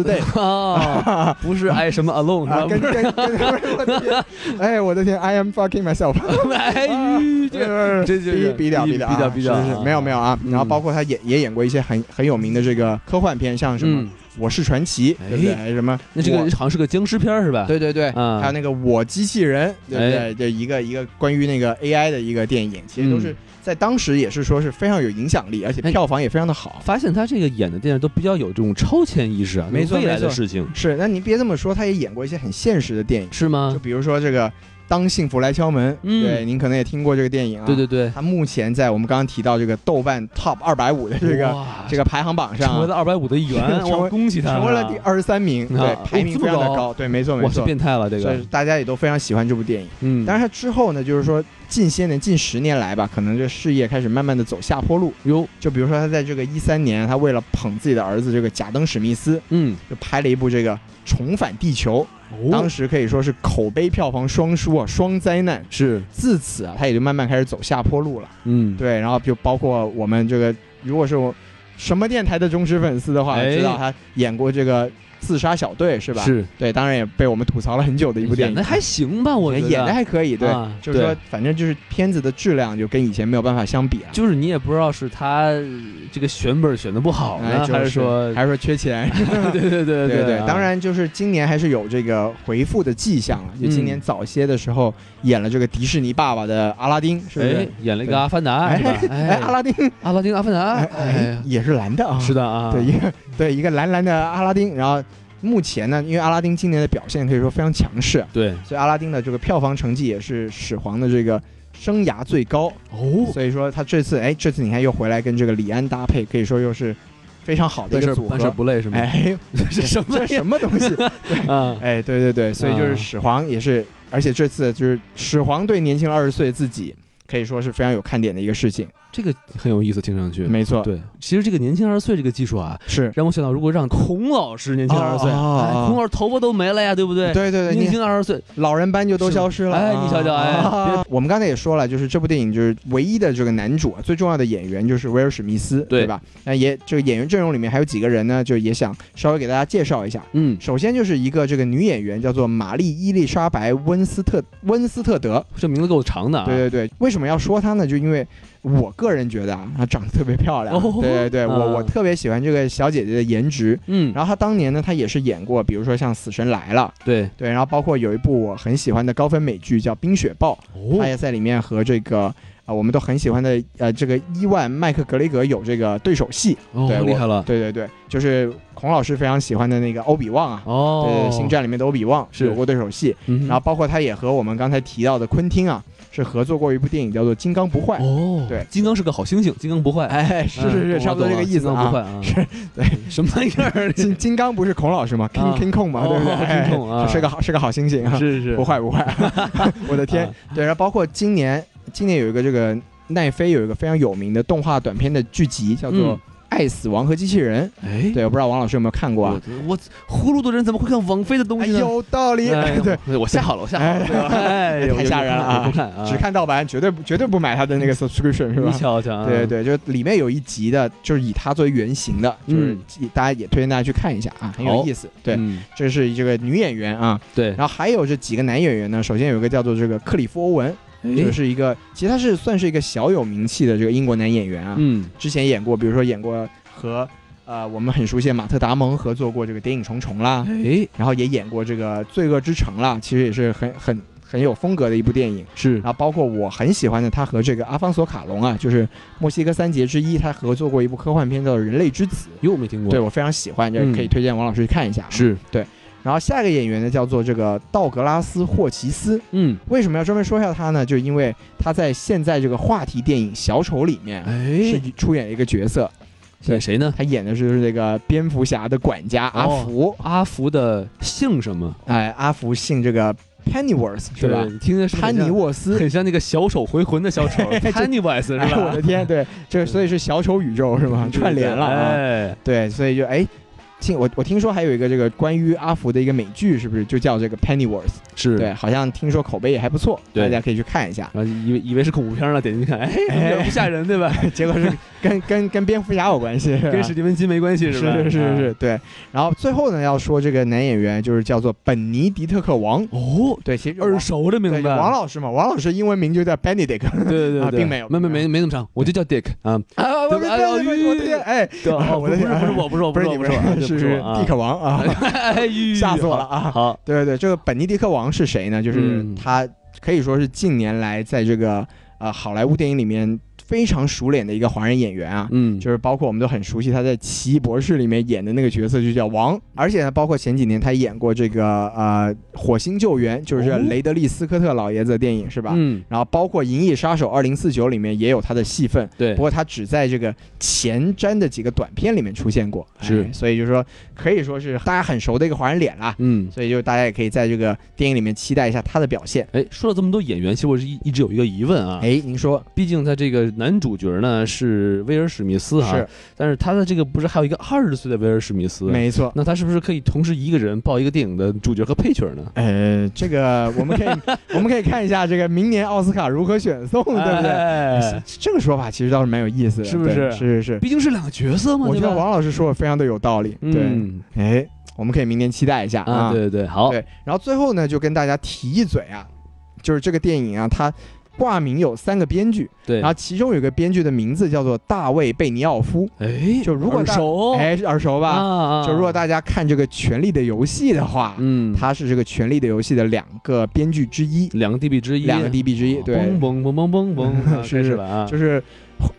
[SPEAKER 2] Day
[SPEAKER 1] 哦，不是哎什么 alone
[SPEAKER 2] 啊，
[SPEAKER 1] 是
[SPEAKER 2] 跟
[SPEAKER 1] 吧？
[SPEAKER 2] 跟 跟，我的天，哎，我的天，I am fucking myself，
[SPEAKER 1] 不是，哎吁，这个 这这这
[SPEAKER 2] 比比掉
[SPEAKER 1] 比
[SPEAKER 2] 比掉
[SPEAKER 1] 比掉
[SPEAKER 2] 啊
[SPEAKER 1] 比掉
[SPEAKER 2] 是是
[SPEAKER 1] 啊
[SPEAKER 2] 没有没有啊，
[SPEAKER 1] 嗯
[SPEAKER 2] 然后包括他也也演过一些很很有名的这个科幻片，像什么《
[SPEAKER 1] 嗯，
[SPEAKER 2] 我是传奇》，对不对？
[SPEAKER 1] 哎
[SPEAKER 2] 还有什么
[SPEAKER 1] 那这个
[SPEAKER 2] 我
[SPEAKER 1] 好像是个僵尸片儿是吧？
[SPEAKER 2] 对对对，
[SPEAKER 1] 啊哎
[SPEAKER 2] 还有那个《我机器人》，对不对？这一个一个关于那个 AI 的一个电影，其实都是
[SPEAKER 1] 嗯
[SPEAKER 2] 在当时也是说是非常有影响力，而且
[SPEAKER 1] 哎
[SPEAKER 2] 票房也非常的好。
[SPEAKER 1] 发现他这个演的电影都比较有这种超前意识啊，
[SPEAKER 2] 没错
[SPEAKER 1] 未来
[SPEAKER 2] 没
[SPEAKER 1] 的
[SPEAKER 2] 错
[SPEAKER 1] 事情
[SPEAKER 2] 是，那您别这么说，他也演过一些很现实的电影，
[SPEAKER 1] 是吗
[SPEAKER 2] 就？比如说这个《当幸福来敲门》，
[SPEAKER 1] 嗯
[SPEAKER 2] 对，您可能也听过这个电影啊。
[SPEAKER 1] 对对对，
[SPEAKER 2] 他目前在我们刚刚提到这个豆瓣 Top 二百五的这个
[SPEAKER 1] 哇
[SPEAKER 2] 这个排行榜上
[SPEAKER 1] 成为
[SPEAKER 2] 啊，
[SPEAKER 1] 了二百五的一员，
[SPEAKER 2] 成为
[SPEAKER 1] 哇，恭喜他啊，
[SPEAKER 2] 成为了第二十三名，对
[SPEAKER 1] 啊，
[SPEAKER 2] 排名非常
[SPEAKER 1] 哦
[SPEAKER 2] 的
[SPEAKER 1] 这么
[SPEAKER 2] 高，
[SPEAKER 1] 高
[SPEAKER 2] 对，没错没
[SPEAKER 1] 哇，是
[SPEAKER 2] 错。
[SPEAKER 1] 变态了这
[SPEAKER 2] 所
[SPEAKER 1] 个
[SPEAKER 2] 以，大家也都非常喜欢这部电影。
[SPEAKER 1] 嗯，
[SPEAKER 2] 但是他之后呢，就是说近些年近十年来吧，可能这事业开始慢慢的走下坡路。
[SPEAKER 1] 哟，
[SPEAKER 2] 就比如说他在这个一三年，他为了捧自己的儿子这个贾登·史密斯，
[SPEAKER 1] 嗯，
[SPEAKER 2] 就拍了一部这个《重返地球》，
[SPEAKER 1] 哦
[SPEAKER 2] 当
[SPEAKER 1] 时
[SPEAKER 2] 时可以说是口碑票房双输啊，双灾难。
[SPEAKER 1] 是，
[SPEAKER 2] 自此啊，他也就慢慢开始走下坡路了。
[SPEAKER 1] 嗯，
[SPEAKER 2] 对，然后就包括我们这个，如果是我什么电台的忠实粉丝的话，
[SPEAKER 1] 哎
[SPEAKER 2] 知道他演过这个《自杀小队》是吧？
[SPEAKER 1] 是
[SPEAKER 2] 对，当然也被我们吐槽了很久的一部电
[SPEAKER 1] 演
[SPEAKER 2] 影。
[SPEAKER 1] 的还行吧，我觉得
[SPEAKER 2] 演的还可以，对，
[SPEAKER 1] 啊
[SPEAKER 2] 就是说，反正就是片子的质量就跟以前没有办法相比了。
[SPEAKER 1] 就是你也不知道是他呃这个选本选的不好
[SPEAKER 2] 哎
[SPEAKER 1] 呢，
[SPEAKER 2] 就
[SPEAKER 1] 还是说，
[SPEAKER 2] 还是说 缺钱？
[SPEAKER 1] 对对对
[SPEAKER 2] 对
[SPEAKER 1] 对，啊
[SPEAKER 2] 当然就是今年还是有这个回复的迹象了。就今年
[SPEAKER 1] 嗯
[SPEAKER 2] 早些的时候演了这个迪士尼爸爸的阿拉丁，是不
[SPEAKER 1] 哎
[SPEAKER 2] 是？，
[SPEAKER 1] 演了一个阿凡达，是吧
[SPEAKER 2] 哎，
[SPEAKER 1] 哎，
[SPEAKER 2] 阿拉丁，
[SPEAKER 1] 阿拉丁阿凡达
[SPEAKER 2] 哎，
[SPEAKER 1] 哎
[SPEAKER 2] 哎，，也是蓝的啊。
[SPEAKER 1] 是的啊，
[SPEAKER 2] 对一个对一个蓝蓝的阿拉丁，然后目前呢，因为阿拉丁今年的表现可以说非常强势，
[SPEAKER 1] 对，
[SPEAKER 2] 所以阿拉丁的这个票房成绩也是始皇的这个生涯最高。
[SPEAKER 1] 哦，
[SPEAKER 2] 所以说他这次哎，这次你看又回来跟这个李安搭配，可以说又是非常好的
[SPEAKER 1] 办
[SPEAKER 2] 一
[SPEAKER 1] 事
[SPEAKER 2] 个组
[SPEAKER 1] 办事
[SPEAKER 2] 合。
[SPEAKER 1] 不累 是吗？
[SPEAKER 2] 哎，
[SPEAKER 1] 这什么
[SPEAKER 2] 这什么东西？
[SPEAKER 1] 啊？
[SPEAKER 2] 哎，对对对，所以就是
[SPEAKER 1] 啊
[SPEAKER 2] 始皇也是，而且这次就是始皇对年轻了二十岁的自己，可以说是非常有看点的一个事情。
[SPEAKER 1] 这个很有意思，听上去。
[SPEAKER 2] 没错，
[SPEAKER 1] 对，其实这个年轻二十岁这个技术啊，
[SPEAKER 2] 是，
[SPEAKER 1] 让我想到，如果让孔老师年轻二十岁，
[SPEAKER 2] 哦哦
[SPEAKER 1] 哎
[SPEAKER 2] 哦
[SPEAKER 1] 孔老师头发都没了呀，对不对？
[SPEAKER 2] 对对对，
[SPEAKER 1] 年
[SPEAKER 2] 你
[SPEAKER 1] 轻二十岁，
[SPEAKER 2] 老人斑就都
[SPEAKER 1] 是吧
[SPEAKER 2] 消失了。
[SPEAKER 1] 哎你瞧瞧哎
[SPEAKER 2] 啊我们刚才也说了，就是这部电影就是唯一的这个男主啊，最重要的演员就是威尔史密斯，
[SPEAKER 1] 对
[SPEAKER 2] 吧？那也这个演员阵容里面还有几个人呢，就也想稍微给大家介绍一下。
[SPEAKER 1] 嗯，
[SPEAKER 2] 首先就是一个这个女演员叫做玛丽伊丽莎白温斯特温斯特德，
[SPEAKER 1] 这名字够长的啊。
[SPEAKER 2] 对对对，为什么要说她呢？就因为我个人觉得啊，她长得特别漂亮。
[SPEAKER 1] 哦
[SPEAKER 2] 对对对，我、
[SPEAKER 1] 啊
[SPEAKER 2] 我特别喜欢这个小姐姐的颜值。
[SPEAKER 1] 嗯，
[SPEAKER 2] 然后她当年呢，她也是演过，比如说像《死神来了》，
[SPEAKER 1] 对，
[SPEAKER 2] 对，然后包括有一部我很喜欢的高分美剧叫《冰雪暴》，她
[SPEAKER 1] 哦，
[SPEAKER 2] 也在里面和这个啊、我们都很喜欢的呃这个伊万麦克格雷格有这个对手戏。对
[SPEAKER 1] 哦，
[SPEAKER 2] 我
[SPEAKER 1] 厉害了，
[SPEAKER 2] 对对对，就是孔老师非常喜欢的那个欧比旺啊，对对
[SPEAKER 1] 哦
[SPEAKER 2] 对，，星，战里面的欧比旺
[SPEAKER 1] 是
[SPEAKER 2] 有过对手戏。
[SPEAKER 1] 嗯，
[SPEAKER 2] 然后包括他也和我们刚才提到的昆汀啊，是合作过一部电影叫做《金刚不坏》。
[SPEAKER 1] 哦，
[SPEAKER 2] 对
[SPEAKER 1] 金刚是个好猩猩，金刚不坏，
[SPEAKER 2] 哎，是是是，
[SPEAKER 1] 嗯
[SPEAKER 2] 差不多这个意思
[SPEAKER 1] 懂了懂
[SPEAKER 2] 啊。
[SPEAKER 1] 了金
[SPEAKER 2] 是
[SPEAKER 1] 刚不坏啊，是， 什么玩意儿？
[SPEAKER 2] 金金刚 不是孔老师吗？King
[SPEAKER 1] 啊
[SPEAKER 2] King Kong 嘛，
[SPEAKER 1] 哦
[SPEAKER 2] 对不对？
[SPEAKER 1] King
[SPEAKER 2] 哎
[SPEAKER 1] Kong，啊
[SPEAKER 2] 是个好是个好猩猩啊，
[SPEAKER 1] 是是，
[SPEAKER 2] 不坏 不坏。我的天
[SPEAKER 1] 啊，
[SPEAKER 2] 对，然后包括今年今年有一个这个奈飞有一个非常有名的动画短片的剧集，叫做
[SPEAKER 1] 嗯
[SPEAKER 2] 《爱死亡和机器人》。
[SPEAKER 1] 哎，
[SPEAKER 2] 对，我不知道王老师有没有看过啊
[SPEAKER 1] 我？我葫芦的人怎么会看王菲的东
[SPEAKER 2] 哎，
[SPEAKER 1] 西呢？
[SPEAKER 2] 有道理。
[SPEAKER 1] 哎
[SPEAKER 2] 对，
[SPEAKER 1] 对，我吓好了，我吓好了，对吧哎有
[SPEAKER 2] 太吓人了啊
[SPEAKER 1] 有看有看啊，
[SPEAKER 2] 只看盗版，绝对不绝对不买他的那个 subscription 是吧
[SPEAKER 1] 你？瞧瞧啊，
[SPEAKER 2] 对对对，就里面有一集的，就是以它作为原型的，就是
[SPEAKER 1] 嗯
[SPEAKER 2] 以大家也推荐大家去看一下啊，很有
[SPEAKER 1] 好
[SPEAKER 2] 意思。对，
[SPEAKER 1] 嗯
[SPEAKER 2] 这是这个女演员啊，
[SPEAKER 1] 对，
[SPEAKER 2] 然后还有这几个男演员呢，首先有一个叫做这个克里夫·欧文，
[SPEAKER 1] 哎
[SPEAKER 2] 就是一个其实他是算是一个小有名气的这个英国男演员啊，
[SPEAKER 1] 嗯，
[SPEAKER 2] 之前演过，比如说演过和呃我们很熟悉的马特·达蒙合作过这个《谍影重重》啦，
[SPEAKER 1] 哎
[SPEAKER 2] 然后也演过这个《罪恶之城》啦，其实也是很很很有风格的一部电影。
[SPEAKER 1] 是
[SPEAKER 2] 然后包括我很喜欢的，他和这个阿方索卡隆啊，就是墨西哥三杰之一，他合作过一部科幻片叫《人类之子
[SPEAKER 1] 哟，没听》，过，
[SPEAKER 2] 对我非常喜欢，这
[SPEAKER 1] 嗯
[SPEAKER 2] 可以推荐王老师去看一下。、啊
[SPEAKER 1] 是，
[SPEAKER 2] 然后下一个演员呢叫做这个道格拉斯·霍奇斯，
[SPEAKER 1] 嗯，
[SPEAKER 2] 为什么要专门说一下他呢？就因为他在现在这个话题电影《小丑》里面啊是
[SPEAKER 1] 哎，
[SPEAKER 2] 出演了一个角色，
[SPEAKER 1] 演谁呢？
[SPEAKER 2] 他演的是这个蝙蝠侠的管家阿
[SPEAKER 1] 哦
[SPEAKER 2] 福，
[SPEAKER 1] 阿福的姓什么？
[SPEAKER 2] 哎，阿福姓这个 Pennyworth 是吧
[SPEAKER 1] 对？？听着是不是
[SPEAKER 2] 潘
[SPEAKER 1] 很像
[SPEAKER 2] 尼沃斯。
[SPEAKER 1] 很像那个小丑回魂的小 丑 Pennywise 是
[SPEAKER 2] 哎，我
[SPEAKER 1] 吧
[SPEAKER 2] 的？天，对，这所以是小丑宇宙 是吧？串联了啊。
[SPEAKER 1] 哎，
[SPEAKER 2] 对，所以就哎，听我我听说还有一个这个关于阿福的一个美剧，是不是就叫这个 Pennyworth？
[SPEAKER 1] 是
[SPEAKER 2] 对，好像听说口碑也还不错，
[SPEAKER 1] 对。
[SPEAKER 2] 大家可以去看一下
[SPEAKER 1] 然后以为以为是恐怖片了，点进去看，哎，不吓人对吧？
[SPEAKER 2] 结果是 跟跟跟蝙蝠侠有关系，是吧
[SPEAKER 1] 跟史蒂芬金没关系
[SPEAKER 2] 是
[SPEAKER 1] 吧？
[SPEAKER 2] 是是
[SPEAKER 1] 啊
[SPEAKER 2] 是，对。然后最后呢，要说这个男演员就是叫做本尼迪特克王，
[SPEAKER 1] 哦，
[SPEAKER 2] 对，其实
[SPEAKER 1] 耳熟的名
[SPEAKER 2] 对
[SPEAKER 1] 字，
[SPEAKER 2] 王老师嘛，王老师英文名就叫 Benedict，
[SPEAKER 1] 对对对
[SPEAKER 2] 啊
[SPEAKER 1] 对，
[SPEAKER 2] 并没有
[SPEAKER 1] 没没没没那么长，我就叫 Dick 啊，
[SPEAKER 2] 啊，我
[SPEAKER 1] 对哎呦
[SPEAKER 2] 我的天，哎，
[SPEAKER 1] 对
[SPEAKER 2] 啊
[SPEAKER 1] 哦
[SPEAKER 2] 我的
[SPEAKER 1] 不是
[SPEAKER 2] 天
[SPEAKER 1] 不是我不是我
[SPEAKER 2] 不是
[SPEAKER 1] 我
[SPEAKER 2] 你
[SPEAKER 1] 不
[SPEAKER 2] 们
[SPEAKER 1] 是我，不啊
[SPEAKER 2] 是是
[SPEAKER 1] 是我
[SPEAKER 2] 蒂克，王啊，
[SPEAKER 1] 哎呦
[SPEAKER 2] 吓死我了啊！
[SPEAKER 1] 好，
[SPEAKER 2] 对对对，这个本尼迪克王是谁呢？就是
[SPEAKER 1] 嗯
[SPEAKER 2] 他可以说是近年来在这个呃好莱坞电影里面非常熟脸的一个华人演员啊。
[SPEAKER 1] 嗯，
[SPEAKER 2] 就是包括我们都很熟悉他在《奇异博士》里面演的那个角色就叫王，而且呢，包括前几年他演过这个呃《火星救援》，就是
[SPEAKER 1] 哦
[SPEAKER 2] 雷德利·斯科特老爷子的电影是吧？
[SPEAKER 1] 嗯，
[SPEAKER 2] 然后包括《银翼杀手2049》里面也有他的戏份，
[SPEAKER 1] 对
[SPEAKER 2] 不，过他只在这个前瞻的几个短片里面出现过，哎
[SPEAKER 1] 是
[SPEAKER 2] 所以就是说可以说是大家很熟的一个华人脸啦。
[SPEAKER 1] 嗯。
[SPEAKER 2] 所以就大家也可以在这个电影里面期待一下他的表现。
[SPEAKER 1] 哎，说了这么多演员，其实我是一一直有一个疑问啊，
[SPEAKER 2] 哎，您说
[SPEAKER 1] 毕竟他这个男主角呢是威尔史密斯哈，
[SPEAKER 2] 是
[SPEAKER 1] 但是他的这个不是还有一个二十岁的威尔史密斯？
[SPEAKER 2] 没错。
[SPEAKER 1] 那他是不是可以同时一个人报一个电影的主角和配角呢？
[SPEAKER 2] 呃，这个我们可以我们可以看一下这个明年奥斯卡如何选 送，对不对？
[SPEAKER 1] 哎
[SPEAKER 2] 这个说法其实倒是蛮有意思的，
[SPEAKER 1] 是不是
[SPEAKER 2] 对是是是。
[SPEAKER 1] 毕竟是两个角色嘛，
[SPEAKER 2] 我觉得
[SPEAKER 1] 对吧
[SPEAKER 2] 王老师说的非常的有道理。对，
[SPEAKER 1] 嗯
[SPEAKER 2] 哎，我们可以明年期待一下
[SPEAKER 1] 啊，对对对，好，
[SPEAKER 2] 对，然后最后呢，就跟大家提一嘴啊，就是这个电影啊，它挂名有三个编剧，
[SPEAKER 1] 对，
[SPEAKER 2] 然后其中有一个编剧的名字叫做大卫贝尼奥夫，
[SPEAKER 1] 哎，
[SPEAKER 2] 就如果
[SPEAKER 1] 耳
[SPEAKER 2] 大
[SPEAKER 1] 熟
[SPEAKER 2] 哎，耳
[SPEAKER 1] 啊
[SPEAKER 2] 熟吧？
[SPEAKER 1] 啊，啊
[SPEAKER 2] 就如果大家看这个《权力的游戏》的话，
[SPEAKER 1] 嗯，
[SPEAKER 2] 他是这个《权力的游戏》的两个编剧之一，
[SPEAKER 1] 两个 DB 之一，啊
[SPEAKER 2] 两个 DB 之一，对
[SPEAKER 1] 嘣，嘣嘣嘣嘣嘣，啊
[SPEAKER 2] 是
[SPEAKER 1] 开始
[SPEAKER 2] 是
[SPEAKER 1] 了啊，
[SPEAKER 2] 就是。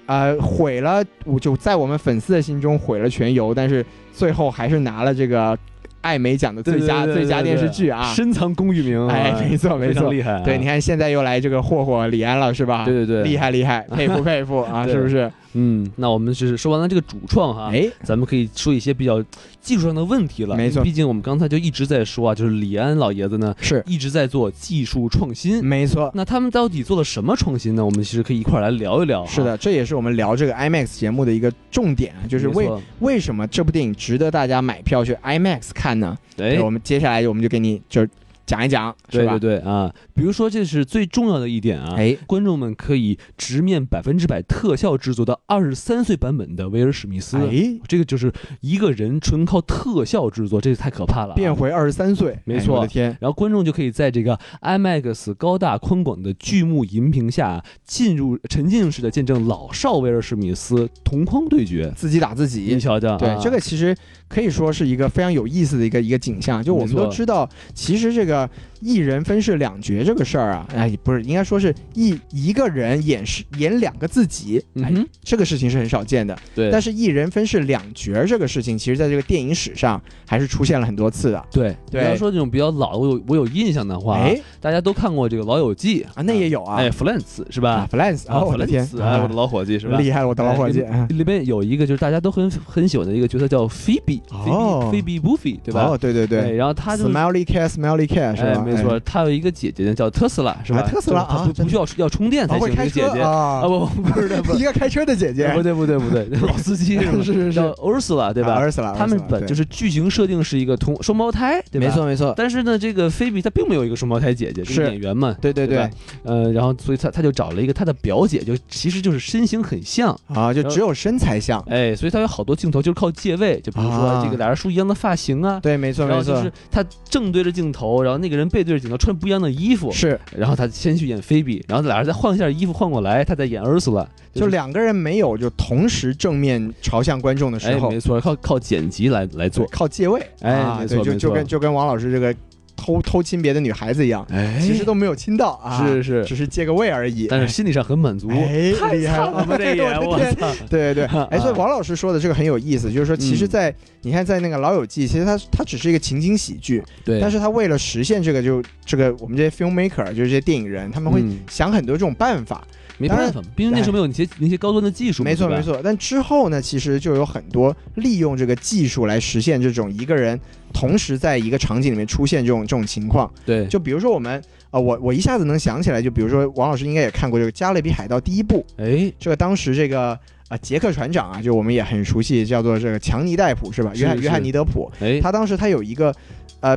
[SPEAKER 2] 呃，毁了，我就在我们粉丝的心中毁了全游，但是最后还是拿了这个艾美奖的
[SPEAKER 1] 对
[SPEAKER 2] 最
[SPEAKER 1] 对
[SPEAKER 2] 佳
[SPEAKER 1] 对对
[SPEAKER 2] 最佳
[SPEAKER 1] 对
[SPEAKER 2] 电视
[SPEAKER 1] 对
[SPEAKER 2] 剧啊！
[SPEAKER 1] 深藏功与名啊，
[SPEAKER 2] 哎，没错没
[SPEAKER 1] 非常
[SPEAKER 2] 错，
[SPEAKER 1] 厉害啊，
[SPEAKER 2] 对，你看现在又来这个霍霍李安了是吧？
[SPEAKER 1] 对对对，
[SPEAKER 2] 厉害厉害，佩服佩服啊，
[SPEAKER 1] 对啊
[SPEAKER 2] 是不是？
[SPEAKER 1] 嗯，那我们是说完了这个主创哈，
[SPEAKER 2] 哎，
[SPEAKER 1] 咱们可以说一些比较技术上的问题了。
[SPEAKER 2] 没错
[SPEAKER 1] 毕竟我们刚才就一直在说啊，就是李安老爷子呢
[SPEAKER 2] 是
[SPEAKER 1] 一直在做技术创新。
[SPEAKER 2] 没错，
[SPEAKER 1] 那他们到底做了什么创新呢？我们其实可以一块儿来聊一聊啊哈。
[SPEAKER 2] 是的，这也是我们聊这个 IMAX 节目的一个重点啊，就是
[SPEAKER 1] 没
[SPEAKER 2] 为
[SPEAKER 1] 错
[SPEAKER 2] 为什么这部电影值得大家买票去 IMAX 看呢？
[SPEAKER 1] 哎
[SPEAKER 2] 对，我们接下来我们就给你就是讲一讲，是
[SPEAKER 1] 对
[SPEAKER 2] 吧？
[SPEAKER 1] 对对啊，比如说这是最重要的一点啊。
[SPEAKER 2] 哎，
[SPEAKER 1] 观众们可以直面百分之百特效制作的二十三岁版本的威尔史密斯，
[SPEAKER 2] 哎，
[SPEAKER 1] 这个就是一个人纯靠特效制作，这太可怕了、啊。
[SPEAKER 2] 变回二十三岁，
[SPEAKER 1] 没
[SPEAKER 2] 哎
[SPEAKER 1] 错
[SPEAKER 2] 我的天，
[SPEAKER 1] 然后观众就可以在这个 IMAX 高大宽广的巨幕银屏下，进入沉浸式的见证老少威尔史密斯同框对决。
[SPEAKER 2] 自己打自
[SPEAKER 1] 你
[SPEAKER 2] 己。
[SPEAKER 1] 瞧瞧啊，
[SPEAKER 2] 对，这个其实可以说是一个非常有意思的一个一个景象。就我
[SPEAKER 1] 没
[SPEAKER 2] 们
[SPEAKER 1] 错
[SPEAKER 2] 都知道，其实这个一人分饰两角这个事儿啊，哎，不是，应该说是一一个人演饰演两个自己，哎
[SPEAKER 1] 嗯，哼，
[SPEAKER 2] 这个事情是很少见的。
[SPEAKER 1] 对，
[SPEAKER 2] 但
[SPEAKER 1] 是
[SPEAKER 2] 是一人分饰两角这个事情，其实在这个电影史上还是出现了很多次的。
[SPEAKER 1] 对，
[SPEAKER 2] 对
[SPEAKER 1] 你要说这种比较老，我有我有印象的话，
[SPEAKER 2] 哎
[SPEAKER 1] 大家都看过这个《老友记》
[SPEAKER 2] 啊，那也有啊，
[SPEAKER 1] 哎，Friends 是吧？
[SPEAKER 2] f l a n s 啊，我
[SPEAKER 1] 弗
[SPEAKER 2] 的
[SPEAKER 1] 兰
[SPEAKER 2] 天
[SPEAKER 1] 斯，哎，我
[SPEAKER 2] 啊
[SPEAKER 1] 的老伙计是吧？哎
[SPEAKER 2] 厉害，我的老伙计，啊
[SPEAKER 1] 里面有一个就是大家都很很喜欢的一个角色叫菲比，
[SPEAKER 2] 哦
[SPEAKER 1] 菲比，菲比 Buffy，对吧？哎
[SPEAKER 2] 哦，对对对，
[SPEAKER 1] 然后他就是
[SPEAKER 2] Smelly Cat，Smelly Cat 是
[SPEAKER 1] 哎，
[SPEAKER 2] 吧？
[SPEAKER 1] 没错，他有一个姐姐呢，叫特斯拉，是吧？
[SPEAKER 2] 啊特斯拉
[SPEAKER 1] 就是
[SPEAKER 2] 啊
[SPEAKER 1] 她不
[SPEAKER 2] 真
[SPEAKER 1] 不需要要充电
[SPEAKER 2] 哎，
[SPEAKER 1] 才
[SPEAKER 2] 哦
[SPEAKER 1] 行。这
[SPEAKER 2] 会开
[SPEAKER 1] 个姐
[SPEAKER 2] 车
[SPEAKER 1] 姐
[SPEAKER 2] 啊
[SPEAKER 1] 啊，，不不是的，不
[SPEAKER 2] 一个开车的姐姐，
[SPEAKER 1] 不对不对不 对，老司机是吧？
[SPEAKER 2] 是是是
[SPEAKER 1] 叫欧尔斯拉对吧？
[SPEAKER 2] 二十啊了，
[SPEAKER 1] 他们本就是是剧情设定是一个同双胞胎，对吧？
[SPEAKER 2] 没。错没错，
[SPEAKER 1] 但是呢，这个菲比她并没有一个双胞胎姐姐，这个
[SPEAKER 2] 是
[SPEAKER 1] 演员嘛，
[SPEAKER 2] 对对
[SPEAKER 1] 对
[SPEAKER 2] 对
[SPEAKER 1] 吧，呃，然后所以她她就找了一个她的表姐，就其实就是身形很像，
[SPEAKER 2] 啊，就
[SPEAKER 1] 然后
[SPEAKER 2] 只有身材像，
[SPEAKER 1] 哎，所以她有好多镜头就是靠借位，就比如说
[SPEAKER 2] 啊
[SPEAKER 1] 这个俩人梳一样的发型啊，
[SPEAKER 2] 对，没错
[SPEAKER 1] 然
[SPEAKER 2] 没
[SPEAKER 1] 后就
[SPEAKER 2] 错
[SPEAKER 1] 是，她正对着镜头，然后那个人背对着镜头，穿不一样的衣服，
[SPEAKER 2] 是，
[SPEAKER 1] 然后他先去演菲比，然后俩人再换一下衣服换过来，他再演 Ursula，
[SPEAKER 2] 就是两个人没有就同时正面朝向观众的时
[SPEAKER 1] 哎，
[SPEAKER 2] 候
[SPEAKER 1] 没，错，靠靠剪辑来来
[SPEAKER 2] 对
[SPEAKER 1] 做，
[SPEAKER 2] 靠借位，
[SPEAKER 1] 哎
[SPEAKER 2] 啊
[SPEAKER 1] 没
[SPEAKER 2] 对
[SPEAKER 1] 错
[SPEAKER 2] 就
[SPEAKER 1] 没
[SPEAKER 2] 就
[SPEAKER 1] 错
[SPEAKER 2] 跟就跟王老师这个偷偷亲别的女孩子一样，
[SPEAKER 1] 哎
[SPEAKER 2] 其实都没有亲到啊，
[SPEAKER 1] 是是，
[SPEAKER 2] 只是借个位而已，
[SPEAKER 1] 但是心理上很满足，
[SPEAKER 2] 哎
[SPEAKER 1] 太
[SPEAKER 2] 厉害
[SPEAKER 1] 惨
[SPEAKER 2] 了
[SPEAKER 1] 了吧这
[SPEAKER 2] 我
[SPEAKER 1] 也，
[SPEAKER 2] 的
[SPEAKER 1] 我
[SPEAKER 2] 天
[SPEAKER 1] 操，
[SPEAKER 2] 对对对
[SPEAKER 1] 啊，
[SPEAKER 2] 哎，所以王老师说的这个很有意思，就是说，其实
[SPEAKER 1] 嗯
[SPEAKER 2] 在，你看，在那个《老友记》，其实它它只是一个情景喜剧，
[SPEAKER 1] 对，
[SPEAKER 2] 但
[SPEAKER 1] 是
[SPEAKER 2] 是它为了实现这个就，这个我们这些 filmmaker，就是这些电影人，他们
[SPEAKER 1] 嗯
[SPEAKER 2] 会想很多这种办法，
[SPEAKER 1] 没
[SPEAKER 2] 当
[SPEAKER 1] 办
[SPEAKER 2] 然
[SPEAKER 1] 法，毕竟那时候没有那些那些高端的技术嘛，
[SPEAKER 2] 没错
[SPEAKER 1] 对吧
[SPEAKER 2] 没，错。但之后呢，其实就有很多利用这个技术来实现这种一个人同时在一个场景里面出现这种这种情况，
[SPEAKER 1] 对，
[SPEAKER 2] 就比如说我们。啊、我我一下子能想起来，就比如说王老师应该也看过这个《加勒比海盗》第一部，
[SPEAKER 1] 哎，
[SPEAKER 2] 这个当时这个啊杰克船长啊，就我们也很熟悉，叫做这个强尼戴普是吧？
[SPEAKER 1] 是
[SPEAKER 2] 约翰
[SPEAKER 1] 是
[SPEAKER 2] 约翰尼德普，
[SPEAKER 1] 哎，
[SPEAKER 2] 他当时他有一个。呃，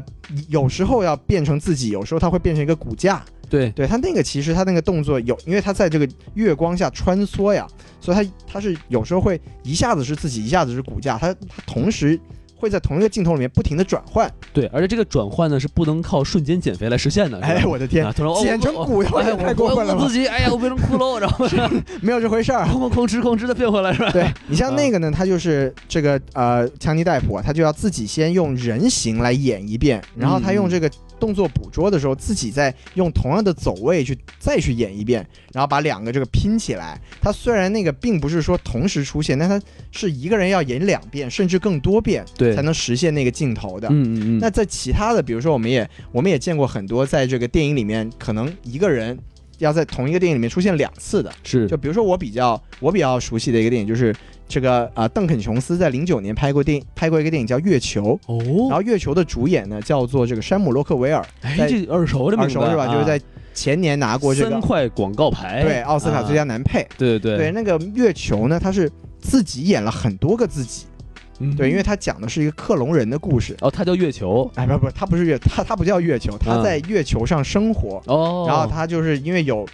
[SPEAKER 2] 有时候要变成自己，有时候他会变成一个骨架。
[SPEAKER 1] 对，
[SPEAKER 2] 对他那个，其实他那个动作有，因为他在这个月光下穿梭呀，所以他他是有时候会一下子是自己，一下子是骨架，他他同时会在同一个镜头里面不停的转换。
[SPEAKER 1] 对，而且这个转换呢是不能靠瞬间减肥来实现的，是吧
[SPEAKER 2] 哎，我的天
[SPEAKER 1] 啊，，突然哦
[SPEAKER 2] 剪成
[SPEAKER 1] 我
[SPEAKER 2] 骨头
[SPEAKER 1] 哎
[SPEAKER 2] 也
[SPEAKER 1] 我
[SPEAKER 2] 太过分了
[SPEAKER 1] 我我
[SPEAKER 2] 吧
[SPEAKER 1] 自？己，哎呀，我变成骷髅，然后
[SPEAKER 2] 没有这回事儿。啊
[SPEAKER 1] 哐哐哐哧哐哧的变回来 是吧？
[SPEAKER 2] 对你像
[SPEAKER 1] 嗯
[SPEAKER 2] 那个呢，他就是这个呃，强尼戴普啊，他就要自己先用人形来演一遍，然后他
[SPEAKER 1] 嗯
[SPEAKER 2] 用这个动作捕捉的时候，自己再用同样的走位去再去演一遍，然后把两个这个拼起来。他虽然那个并不是说同时出现，但他是一个人要演两遍甚至更多遍
[SPEAKER 1] 对
[SPEAKER 2] 才能实现那个镜头的。
[SPEAKER 1] 嗯嗯嗯，
[SPEAKER 2] 那在其他的，比如说我们也我们也见过很多在这个电影里面，可能一个人要在同一个电影里面出现两次的。
[SPEAKER 1] 是
[SPEAKER 2] 就比如说我比较我比较熟悉的一个电影，就是这个啊、呃邓肯琼斯在零九年拍过电拍过一个电影叫《月球》，然
[SPEAKER 1] 哦，
[SPEAKER 2] 后《月球》的主演呢叫做这个山姆洛克维尔，
[SPEAKER 1] 哎，
[SPEAKER 2] 在
[SPEAKER 1] 这个耳熟的名
[SPEAKER 2] 耳
[SPEAKER 1] 字
[SPEAKER 2] 熟是吧？
[SPEAKER 1] 啊
[SPEAKER 2] 就是在前年拿过这
[SPEAKER 1] 三
[SPEAKER 2] 个
[SPEAKER 1] 块广告牌，
[SPEAKER 2] 对奥斯卡最佳
[SPEAKER 1] 啊，
[SPEAKER 2] 男配。
[SPEAKER 1] 对对
[SPEAKER 2] 对，那个《月球》呢，他是自己演了很多个自己，
[SPEAKER 1] 嗯
[SPEAKER 2] 对，因为他讲的是一个克隆人的故事。
[SPEAKER 1] 哦，它叫月球
[SPEAKER 2] 哎，不不，他不是月，他他不叫月球，他
[SPEAKER 1] 嗯
[SPEAKER 2] 在月球上生活，
[SPEAKER 1] 哦，
[SPEAKER 2] 然后他就是因为有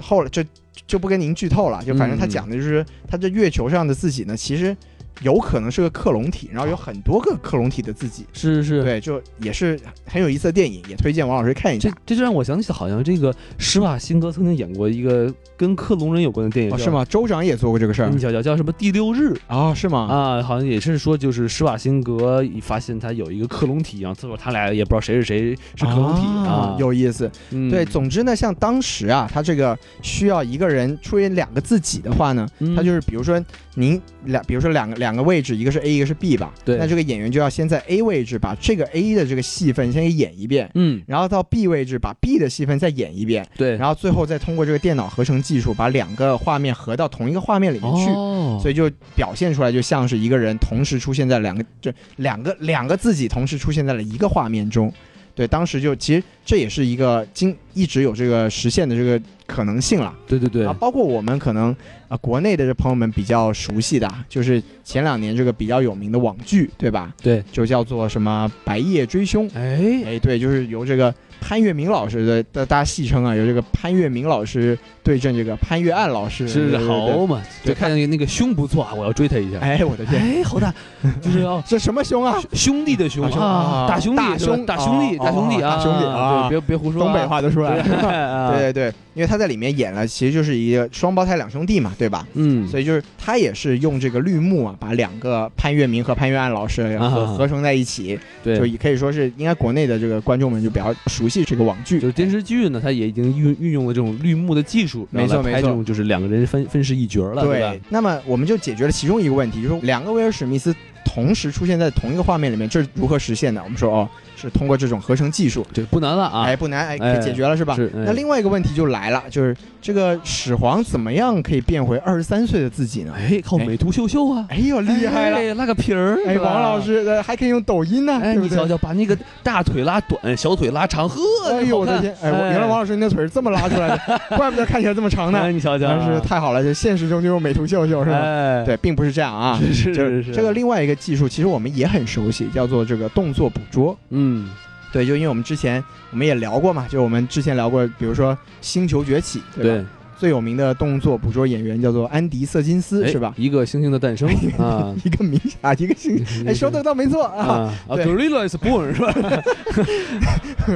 [SPEAKER 2] 后来就就不跟您剧透了，就反正他
[SPEAKER 1] 嗯
[SPEAKER 2] 讲的就是他这月球上的自己呢，其实有可能是个克隆体，然后有很多个克隆体的自己。
[SPEAKER 1] 是是是。
[SPEAKER 2] 对，就也是很有意思的电影，也推荐王老师看一
[SPEAKER 1] 这
[SPEAKER 2] 下。
[SPEAKER 1] 这就让我想起，好像这个施瓦辛格曾经演过一个跟克隆人有关的电影，
[SPEAKER 2] 哦，
[SPEAKER 1] 叫
[SPEAKER 2] 是？吗？州长也做过这个事儿
[SPEAKER 1] 你瞧瞧，叫什么《第六日》
[SPEAKER 2] 啊？是吗？
[SPEAKER 1] 啊？好像也是说，就是施瓦辛格发现他有一个克隆体，然后最后他俩也不知道谁是谁是克隆体啊。
[SPEAKER 2] 有意思。
[SPEAKER 1] 嗯
[SPEAKER 2] 对，总之呢，像当时啊，他这个需要一个人出演两个自己的话呢，
[SPEAKER 1] 嗯
[SPEAKER 2] 他就是比如说您两，比如说两个两个位置，一个是 A，一个是 B 吧。
[SPEAKER 1] 对
[SPEAKER 2] 那这个演员就要先在 A 位置把这个 A 的这个戏份先给演一遍，
[SPEAKER 1] 嗯，
[SPEAKER 2] 然后到 B 位置把 B 的戏份再演一遍，
[SPEAKER 1] 对，
[SPEAKER 2] 然后最后再通过这个电脑合成技术把两个画面合到同一个画面里面去。
[SPEAKER 1] 哦，
[SPEAKER 2] 所以就表现出来，就像是一个人同时出现在两个，就两个两个自己同时出现在了一个画面中。对，当时就其实这也是一个经一直有这个实现的这个可能性了。
[SPEAKER 1] 对对对
[SPEAKER 2] 啊，，包括我们可能啊、国内的这朋友们比较熟悉的啊，就是前两年这个比较有名的网剧，对吧？
[SPEAKER 1] 对，
[SPEAKER 2] 就叫做什么《白夜追凶》。
[SPEAKER 1] 哎，
[SPEAKER 2] 哎，对，就是由这个潘粤明老师的，大大家戏称啊，由这个潘粤明老师对阵这个潘粤岸老师，
[SPEAKER 1] 是
[SPEAKER 2] 对对对
[SPEAKER 1] 好嘛，
[SPEAKER 2] 对
[SPEAKER 1] 就看见那个胸不错啊，我要追他一下。
[SPEAKER 2] 哎，我的天，
[SPEAKER 1] 哎，好大，就是要
[SPEAKER 2] 这什么凶 啊？
[SPEAKER 1] 兄弟的兄
[SPEAKER 2] 啊兄啊
[SPEAKER 1] 大兄弟，
[SPEAKER 2] 大
[SPEAKER 1] 是吧
[SPEAKER 2] 兄
[SPEAKER 1] 大兄弟，
[SPEAKER 2] 哦
[SPEAKER 1] 大兄弟
[SPEAKER 2] 哦
[SPEAKER 1] 啊，
[SPEAKER 2] 大兄弟啊
[SPEAKER 1] 对，别别胡说啊，
[SPEAKER 2] 东北话都出来
[SPEAKER 1] 对，
[SPEAKER 2] 了。
[SPEAKER 1] 啊
[SPEAKER 2] 对对对，因为他在里面演了，其实就是一个双胞胎两兄弟嘛，对吧？
[SPEAKER 1] 嗯，
[SPEAKER 2] 所以就是他也是用这个绿幕啊，把两个潘粤明和潘粤岸老师
[SPEAKER 1] 啊
[SPEAKER 2] 合合成在一起，
[SPEAKER 1] 对，
[SPEAKER 2] 就可以说是应该国内的这个观众们就比较熟悉这个网剧。
[SPEAKER 1] 就是电视剧呢，它也已经运运用了这种绿幕的技术，
[SPEAKER 2] 没错
[SPEAKER 1] 然后来拍
[SPEAKER 2] 没错
[SPEAKER 1] 这种就是两个人分分饰一角了，对
[SPEAKER 2] 对
[SPEAKER 1] 吧？，
[SPEAKER 2] 那么我们就解决了其中一个问题，就是两个威尔史密斯同时出现在同一个画面里面，这是如何实现的？我们说哦，是通过这种合成技术，
[SPEAKER 1] 这不难了啊，
[SPEAKER 2] 哎，不难，哎，
[SPEAKER 1] 哎
[SPEAKER 2] 可以解决了是吧？
[SPEAKER 1] 是
[SPEAKER 2] 那
[SPEAKER 1] 哎
[SPEAKER 2] 另外一个问题就来了，就是这个始皇怎么样可以变回二十三岁的自己呢？
[SPEAKER 1] 哎靠
[SPEAKER 2] 哎
[SPEAKER 1] 美图秀秀啊，
[SPEAKER 2] 哎呦，厉害了！
[SPEAKER 1] 哎，拉个皮儿，
[SPEAKER 2] 哎，
[SPEAKER 1] 是吧
[SPEAKER 2] 王老。师呃还可以用抖音呢，
[SPEAKER 1] 哎，
[SPEAKER 2] 对
[SPEAKER 1] 你
[SPEAKER 2] 不
[SPEAKER 1] 瞧
[SPEAKER 2] 对？
[SPEAKER 1] 瞧，把那个大腿拉短，小腿拉长，呵，
[SPEAKER 2] 哎呦我的天！哎，我原来王老师您的腿是这么拉出 来的，怪不得看起来这么长
[SPEAKER 1] 师
[SPEAKER 2] 呢。
[SPEAKER 1] 你瞧瞧啊，
[SPEAKER 2] 但是太好了，就现实中就用美图秀秀是吧？
[SPEAKER 1] 哎，
[SPEAKER 2] 对，并不是这样啊。
[SPEAKER 1] 是，是
[SPEAKER 2] 就是是
[SPEAKER 1] 是
[SPEAKER 2] 这个，另外一个技术，其实我们也很熟悉，叫做这个动作捕捉。
[SPEAKER 1] 嗯，
[SPEAKER 2] 对，就因为我们之前我们也聊过嘛，就我们之前聊过，比如说《星球崛起》，对吧？
[SPEAKER 1] 对，
[SPEAKER 2] 最有名的动作捕捉演员叫做安迪·瑟金斯，
[SPEAKER 1] 哎
[SPEAKER 2] 是吧？
[SPEAKER 1] 一个星星的诞生啊，
[SPEAKER 2] 一个名啊，一个星，哎，说的倒没错啊，
[SPEAKER 1] 啊
[SPEAKER 2] 对
[SPEAKER 1] ，Gorilla is born 是吧？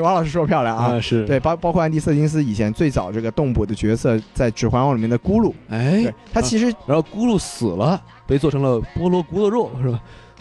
[SPEAKER 2] 王老师说漂亮啊。，
[SPEAKER 1] 是，
[SPEAKER 2] 对，包包括安迪·瑟金斯以前最早这个动捕的角色，在《指环王》里面的咕噜，
[SPEAKER 1] 哎，
[SPEAKER 2] 对他其实
[SPEAKER 1] 然后咕噜死了，被做成了菠萝咕噜肉是吧？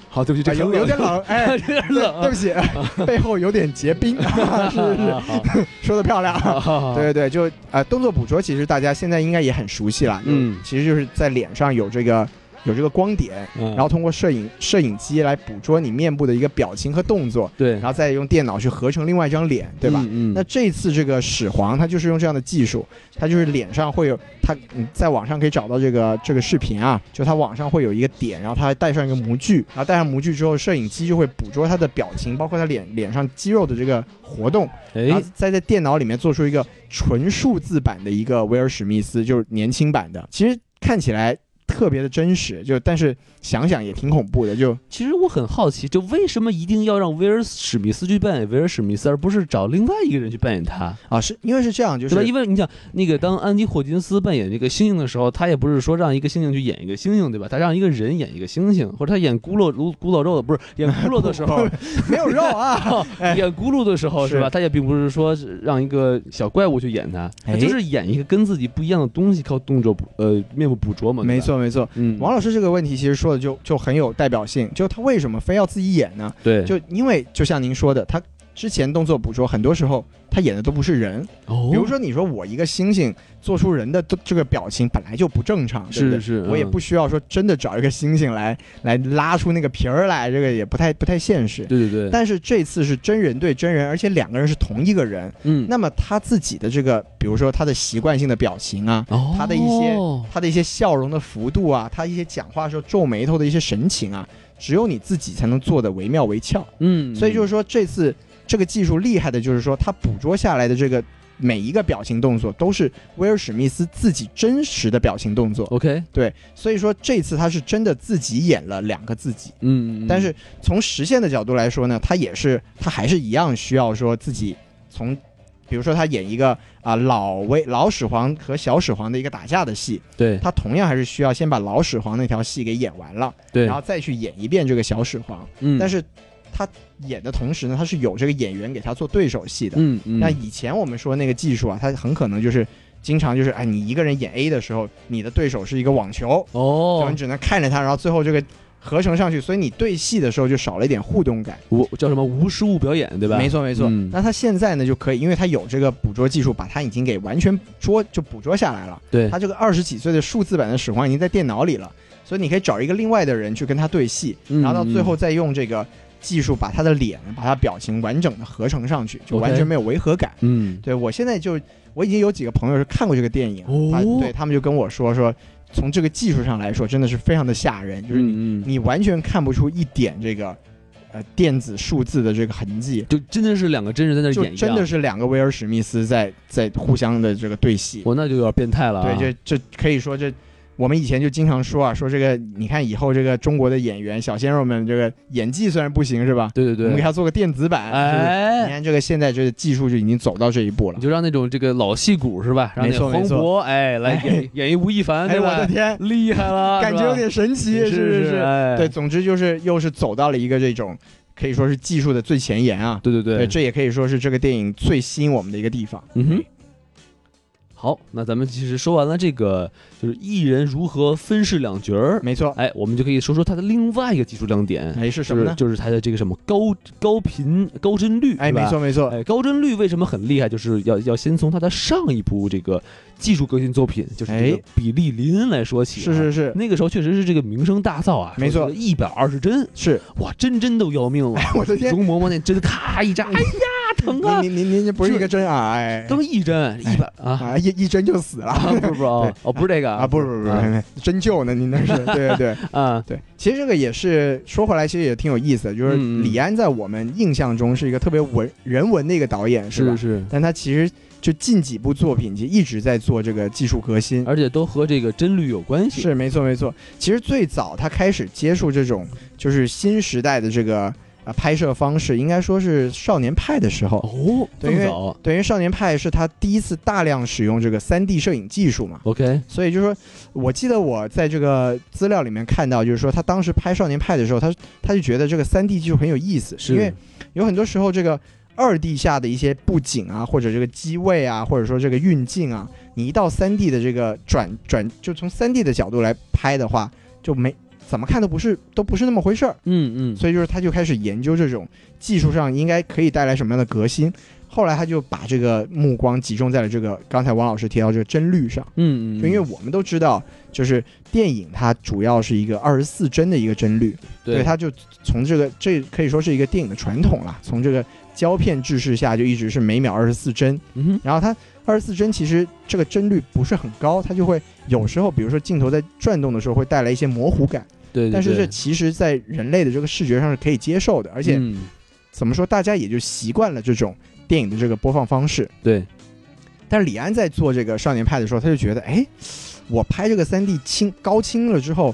[SPEAKER 1] 好，对不起，
[SPEAKER 2] 啊
[SPEAKER 1] 这
[SPEAKER 2] 有有点，冷，哎，
[SPEAKER 1] 有点
[SPEAKER 2] 对
[SPEAKER 1] 冷
[SPEAKER 2] 对
[SPEAKER 1] 啊，
[SPEAKER 2] 不起， 背后有点结 冰，啊是是是， 说的漂亮啊。
[SPEAKER 1] 是
[SPEAKER 2] 对对对，就呃动作捕捉，其实大家现在应该也很熟悉了。
[SPEAKER 1] 嗯
[SPEAKER 2] 嗯，其实就是在脸上有这个有这个光点，
[SPEAKER 1] 然
[SPEAKER 2] 然后通过摄影摄影机来捕捉你面部的一个表情和动作，
[SPEAKER 1] 对，
[SPEAKER 2] 然后再用电脑去合成另外一张脸，对吧？
[SPEAKER 1] 嗯，嗯
[SPEAKER 2] 那这次这个始皇他就是用这样的技术，他就是脸上会有他，嗯，在网上可以找到这个这个视频啊，就他网上会有一个点，然后他还戴上一个模具，然后戴上模具之后，摄影机就会捕捉他的表情，包括他脸脸上肌肉的这个活动，然后
[SPEAKER 1] 哎，
[SPEAKER 2] 再在电脑里面做出一个纯数字版的一个威尔史密斯，就是年轻版的，其实看起来特别的真实，就但是想想也挺恐怖的，就
[SPEAKER 1] 其实我很好奇，就为什么一定要让威尔史密斯去扮演威尔史密斯，而不是找另外一个人去扮演他？
[SPEAKER 2] 啊是因为是这样，就
[SPEAKER 1] 对吧？
[SPEAKER 2] 是
[SPEAKER 1] 因为你想，那个当安迪霍金斯扮演这个猩猩的时候，他也不是说让一个猩猩去演一个猩猩，对吧？他让一个人演一个猩猩，或者他演咕噜咕咕噜肉的，不是演咕噜的时候，
[SPEAKER 2] 没有肉啊。哎
[SPEAKER 1] 演咕噜的时候
[SPEAKER 2] 是
[SPEAKER 1] 是吧？他也并不是说是让一个小怪物去演他，他
[SPEAKER 2] 哎
[SPEAKER 1] 就是演一个跟自己不一样的东西，靠动作捕呃面部捕捉嘛。对
[SPEAKER 2] 没
[SPEAKER 1] 吧，
[SPEAKER 2] 错没错，
[SPEAKER 1] 嗯，
[SPEAKER 2] 王老师这个问题其实说的就就很有代表性，就他为什么非要自己演呢？
[SPEAKER 1] 对，
[SPEAKER 2] 就因为就像您说的，他之前动作捕捉很多时候他演的都不是人，
[SPEAKER 1] 哦
[SPEAKER 2] 比如说你说我一个猩猩做出人的都这个表情本来就不正常，对
[SPEAKER 1] 是
[SPEAKER 2] 不对？
[SPEAKER 1] 是，
[SPEAKER 2] 我也
[SPEAKER 1] 嗯
[SPEAKER 2] 不需要说真的找一个猩猩来来拉出那个皮儿来，这个也不太不太现实。
[SPEAKER 1] 对对对，
[SPEAKER 2] 但是这次是真人对真人，而且两个人是同一个人，
[SPEAKER 1] 嗯，
[SPEAKER 2] 那么他自己的这个，比如说他的习惯性的表情啊，
[SPEAKER 1] 哦
[SPEAKER 2] 他的一些他的一些笑容的幅度啊，他一些讲话的时候皱眉头的一些神情啊，只有你自己才能做的惟妙惟肖。
[SPEAKER 1] 嗯，
[SPEAKER 2] 所以就是
[SPEAKER 1] 是
[SPEAKER 2] 说，这次这个技术厉害的就是说，它捕捉下来的这个每一个表情动作都是威尔史密斯自己真实的表情动作。
[SPEAKER 1] OK，
[SPEAKER 2] 对，所以说这次他是真的自己演了两个自己。
[SPEAKER 1] 嗯，嗯
[SPEAKER 2] 但是从实现的角度来说呢，他也是他还是一样需要说自己从，比如说他演一个啊、老威老始皇和小始皇的一个打架的戏，
[SPEAKER 1] 对
[SPEAKER 2] 他同样还是需要先把老始皇那条戏给演完了，
[SPEAKER 1] 对，
[SPEAKER 2] 然后再去演一遍这个小始皇。
[SPEAKER 1] 嗯
[SPEAKER 2] 但是他演的同时呢，他是有这个演员给他做对手戏的。
[SPEAKER 1] 嗯嗯，
[SPEAKER 2] 那以前我们说那个技术啊，它很可能就是经常就是哎，你一个人演 A 的时候，你的对手是一个网球，就
[SPEAKER 1] 哦
[SPEAKER 2] 你，只能看着他，然后最后这个合成上去，所以你对戏的时候就少了一点互动感。
[SPEAKER 1] 我叫什么无实物表演对吧？
[SPEAKER 2] 没错没错。
[SPEAKER 1] 嗯
[SPEAKER 2] 那他现在呢就可以，因为他有这个捕捉技术，把他已经给完全捉就捕捉下来了。
[SPEAKER 1] 对
[SPEAKER 2] 他这个二十几岁的数字版的始皇已经在电脑里了，所以你可以找一个另外的人去跟他对戏，
[SPEAKER 1] 嗯
[SPEAKER 2] 然后到最后再用这个技术把他的脸、把他表情完整的合成上去，就
[SPEAKER 1] OK
[SPEAKER 2] 完全没有违和感。
[SPEAKER 1] 嗯，
[SPEAKER 2] 对我现在就我已经有几个朋友是看过这个电影，
[SPEAKER 1] 哦
[SPEAKER 2] 他对他们就跟我说说，从这个技术上来说，真的是非常的吓人，就是你、
[SPEAKER 1] 嗯嗯
[SPEAKER 2] 你完全看不出一点这个呃电子数字的这个痕迹。
[SPEAKER 1] 就真的是两个真人在那
[SPEAKER 2] 就
[SPEAKER 1] 演一样，
[SPEAKER 2] 真的是两个威尔史密斯在在互相的这个对戏，
[SPEAKER 1] 我那就有点变态了、啊。
[SPEAKER 2] 对，这这可以说这，我们以前就经常说啊，说这个你看以后这个中国的演员小鲜肉们，这个演技虽然不行是吧？
[SPEAKER 1] 对对
[SPEAKER 2] 我们给
[SPEAKER 1] 对，
[SPEAKER 2] 他做个电子版，就是你
[SPEAKER 1] 哎，
[SPEAKER 2] 看这个现在这个技术就已经走到这一步了
[SPEAKER 1] 你。就让那种这个老戏骨是吧？让
[SPEAKER 2] 没
[SPEAKER 1] 那
[SPEAKER 2] 错
[SPEAKER 1] 黄
[SPEAKER 2] 没错
[SPEAKER 1] 渤哎来 演演一吴亦凡，
[SPEAKER 2] 哎，
[SPEAKER 1] 对
[SPEAKER 2] 我的
[SPEAKER 1] 吧？
[SPEAKER 2] 天，
[SPEAKER 1] 厉害了，
[SPEAKER 2] 感觉有点神奇，
[SPEAKER 1] 是吧
[SPEAKER 2] 是
[SPEAKER 1] 是是，哎
[SPEAKER 2] 对，总之就是又是走到了一个这种可以说是技术的最前沿啊。
[SPEAKER 1] 对对对，
[SPEAKER 2] 这也可以说是这个电影最吸引我们的一个地方。
[SPEAKER 1] 嗯哼。好，那咱们其实说完了这个，就是艺人如何分饰两角儿，
[SPEAKER 2] 没错，
[SPEAKER 1] 哎，我们就可以说说他的另外一个技术亮点，
[SPEAKER 2] 哎，是
[SPEAKER 1] 就
[SPEAKER 2] 什么
[SPEAKER 1] 是
[SPEAKER 2] 呢？
[SPEAKER 1] 就是他的这个什么高高频高帧率，
[SPEAKER 2] 哎，
[SPEAKER 1] 是吧
[SPEAKER 2] 没错，没错，
[SPEAKER 1] 哎，高帧率为什么很厉害？就是要要先从他的上一部这个技术革新作品，就是这个
[SPEAKER 2] 哎
[SPEAKER 1] 比利林恩来说起、啊
[SPEAKER 2] 是是， 是
[SPEAKER 1] 那个时候确实是这个名声大噪啊，
[SPEAKER 2] 没错
[SPEAKER 1] 一百二十帧，
[SPEAKER 2] 是，
[SPEAKER 1] 哇，帧帧都要命了。
[SPEAKER 2] 我的天，
[SPEAKER 1] 容嬷嬷那针咔一扎，哎呀，疼啊！
[SPEAKER 2] 您您您您不是
[SPEAKER 1] 是
[SPEAKER 2] 一个针啊，哎，
[SPEAKER 1] 刚一针一百啊
[SPEAKER 2] 啊一一针就死了
[SPEAKER 1] 啊，不是不是哦，哦不是这个
[SPEAKER 2] 啊，不是不是不
[SPEAKER 1] 啊
[SPEAKER 2] 是针灸呢，您那是对对对
[SPEAKER 1] 啊，
[SPEAKER 2] 对。其实这个也是说回来，其实也挺有意思的，就是
[SPEAKER 1] 嗯嗯
[SPEAKER 2] 李安在我们印象中是一个特别文人文的一个导演，是吧
[SPEAKER 1] 是？是，
[SPEAKER 2] 但他其实就近几部作品，其实一直在做这个技术革新。
[SPEAKER 1] 而且都和这个帧率有关系。
[SPEAKER 2] 是没错没错，其实最早他开始接触这种就是新时代的这个啊拍摄方式，应该说是少年派的时候。
[SPEAKER 1] 哦，这
[SPEAKER 2] 对因
[SPEAKER 1] 么
[SPEAKER 2] 为
[SPEAKER 1] 早
[SPEAKER 2] 对，因为少年派是他第一次大量使用这个3 D 摄影技术嘛，
[SPEAKER 1] ，OK，
[SPEAKER 2] 所以就是说，我记得我在这个资料里面看到，就是说他当时拍《少年派》的时候，他他就觉得这个三 D 技术很有意思，
[SPEAKER 1] 是
[SPEAKER 2] 因为有很多时候这个二 D 下的一些布景啊，或者这个机位啊，或者说这个运镜啊，你一到三 D 的这个转转，就从三 D 的角度来拍的话，就没怎么看都不是都不是那么回事儿。
[SPEAKER 1] 嗯嗯，
[SPEAKER 2] 所以就是他就开始研究这种技术上应该可以带来什么样的革新。后来他就把这个目光集中在了这个刚才王老师提到这个帧率上。
[SPEAKER 1] 嗯嗯，
[SPEAKER 2] 就因为我们都知道，就是电影它主要是一个二十四帧的一个帧率，
[SPEAKER 1] 对
[SPEAKER 2] 它就从这个这可以说是一个电影的传统了，从这个胶片制式下就一直是每秒二十四帧，
[SPEAKER 1] 嗯哼
[SPEAKER 2] 然后它二十四帧其实这个帧率不是很高，它就会有时候比如说镜头在转动的时候会带来一些模糊感，
[SPEAKER 1] 对，对
[SPEAKER 2] 但是
[SPEAKER 1] 对
[SPEAKER 2] 这其实在人类的这个视觉上是可以接受的，而且
[SPEAKER 1] 嗯
[SPEAKER 2] 怎么说，大家也就习惯了这种电影的这个播放方式。
[SPEAKER 1] 对，
[SPEAKER 2] 但是李安在做这个少年派的时候，他就觉得，哎，我拍这个三 D 清高清了之后，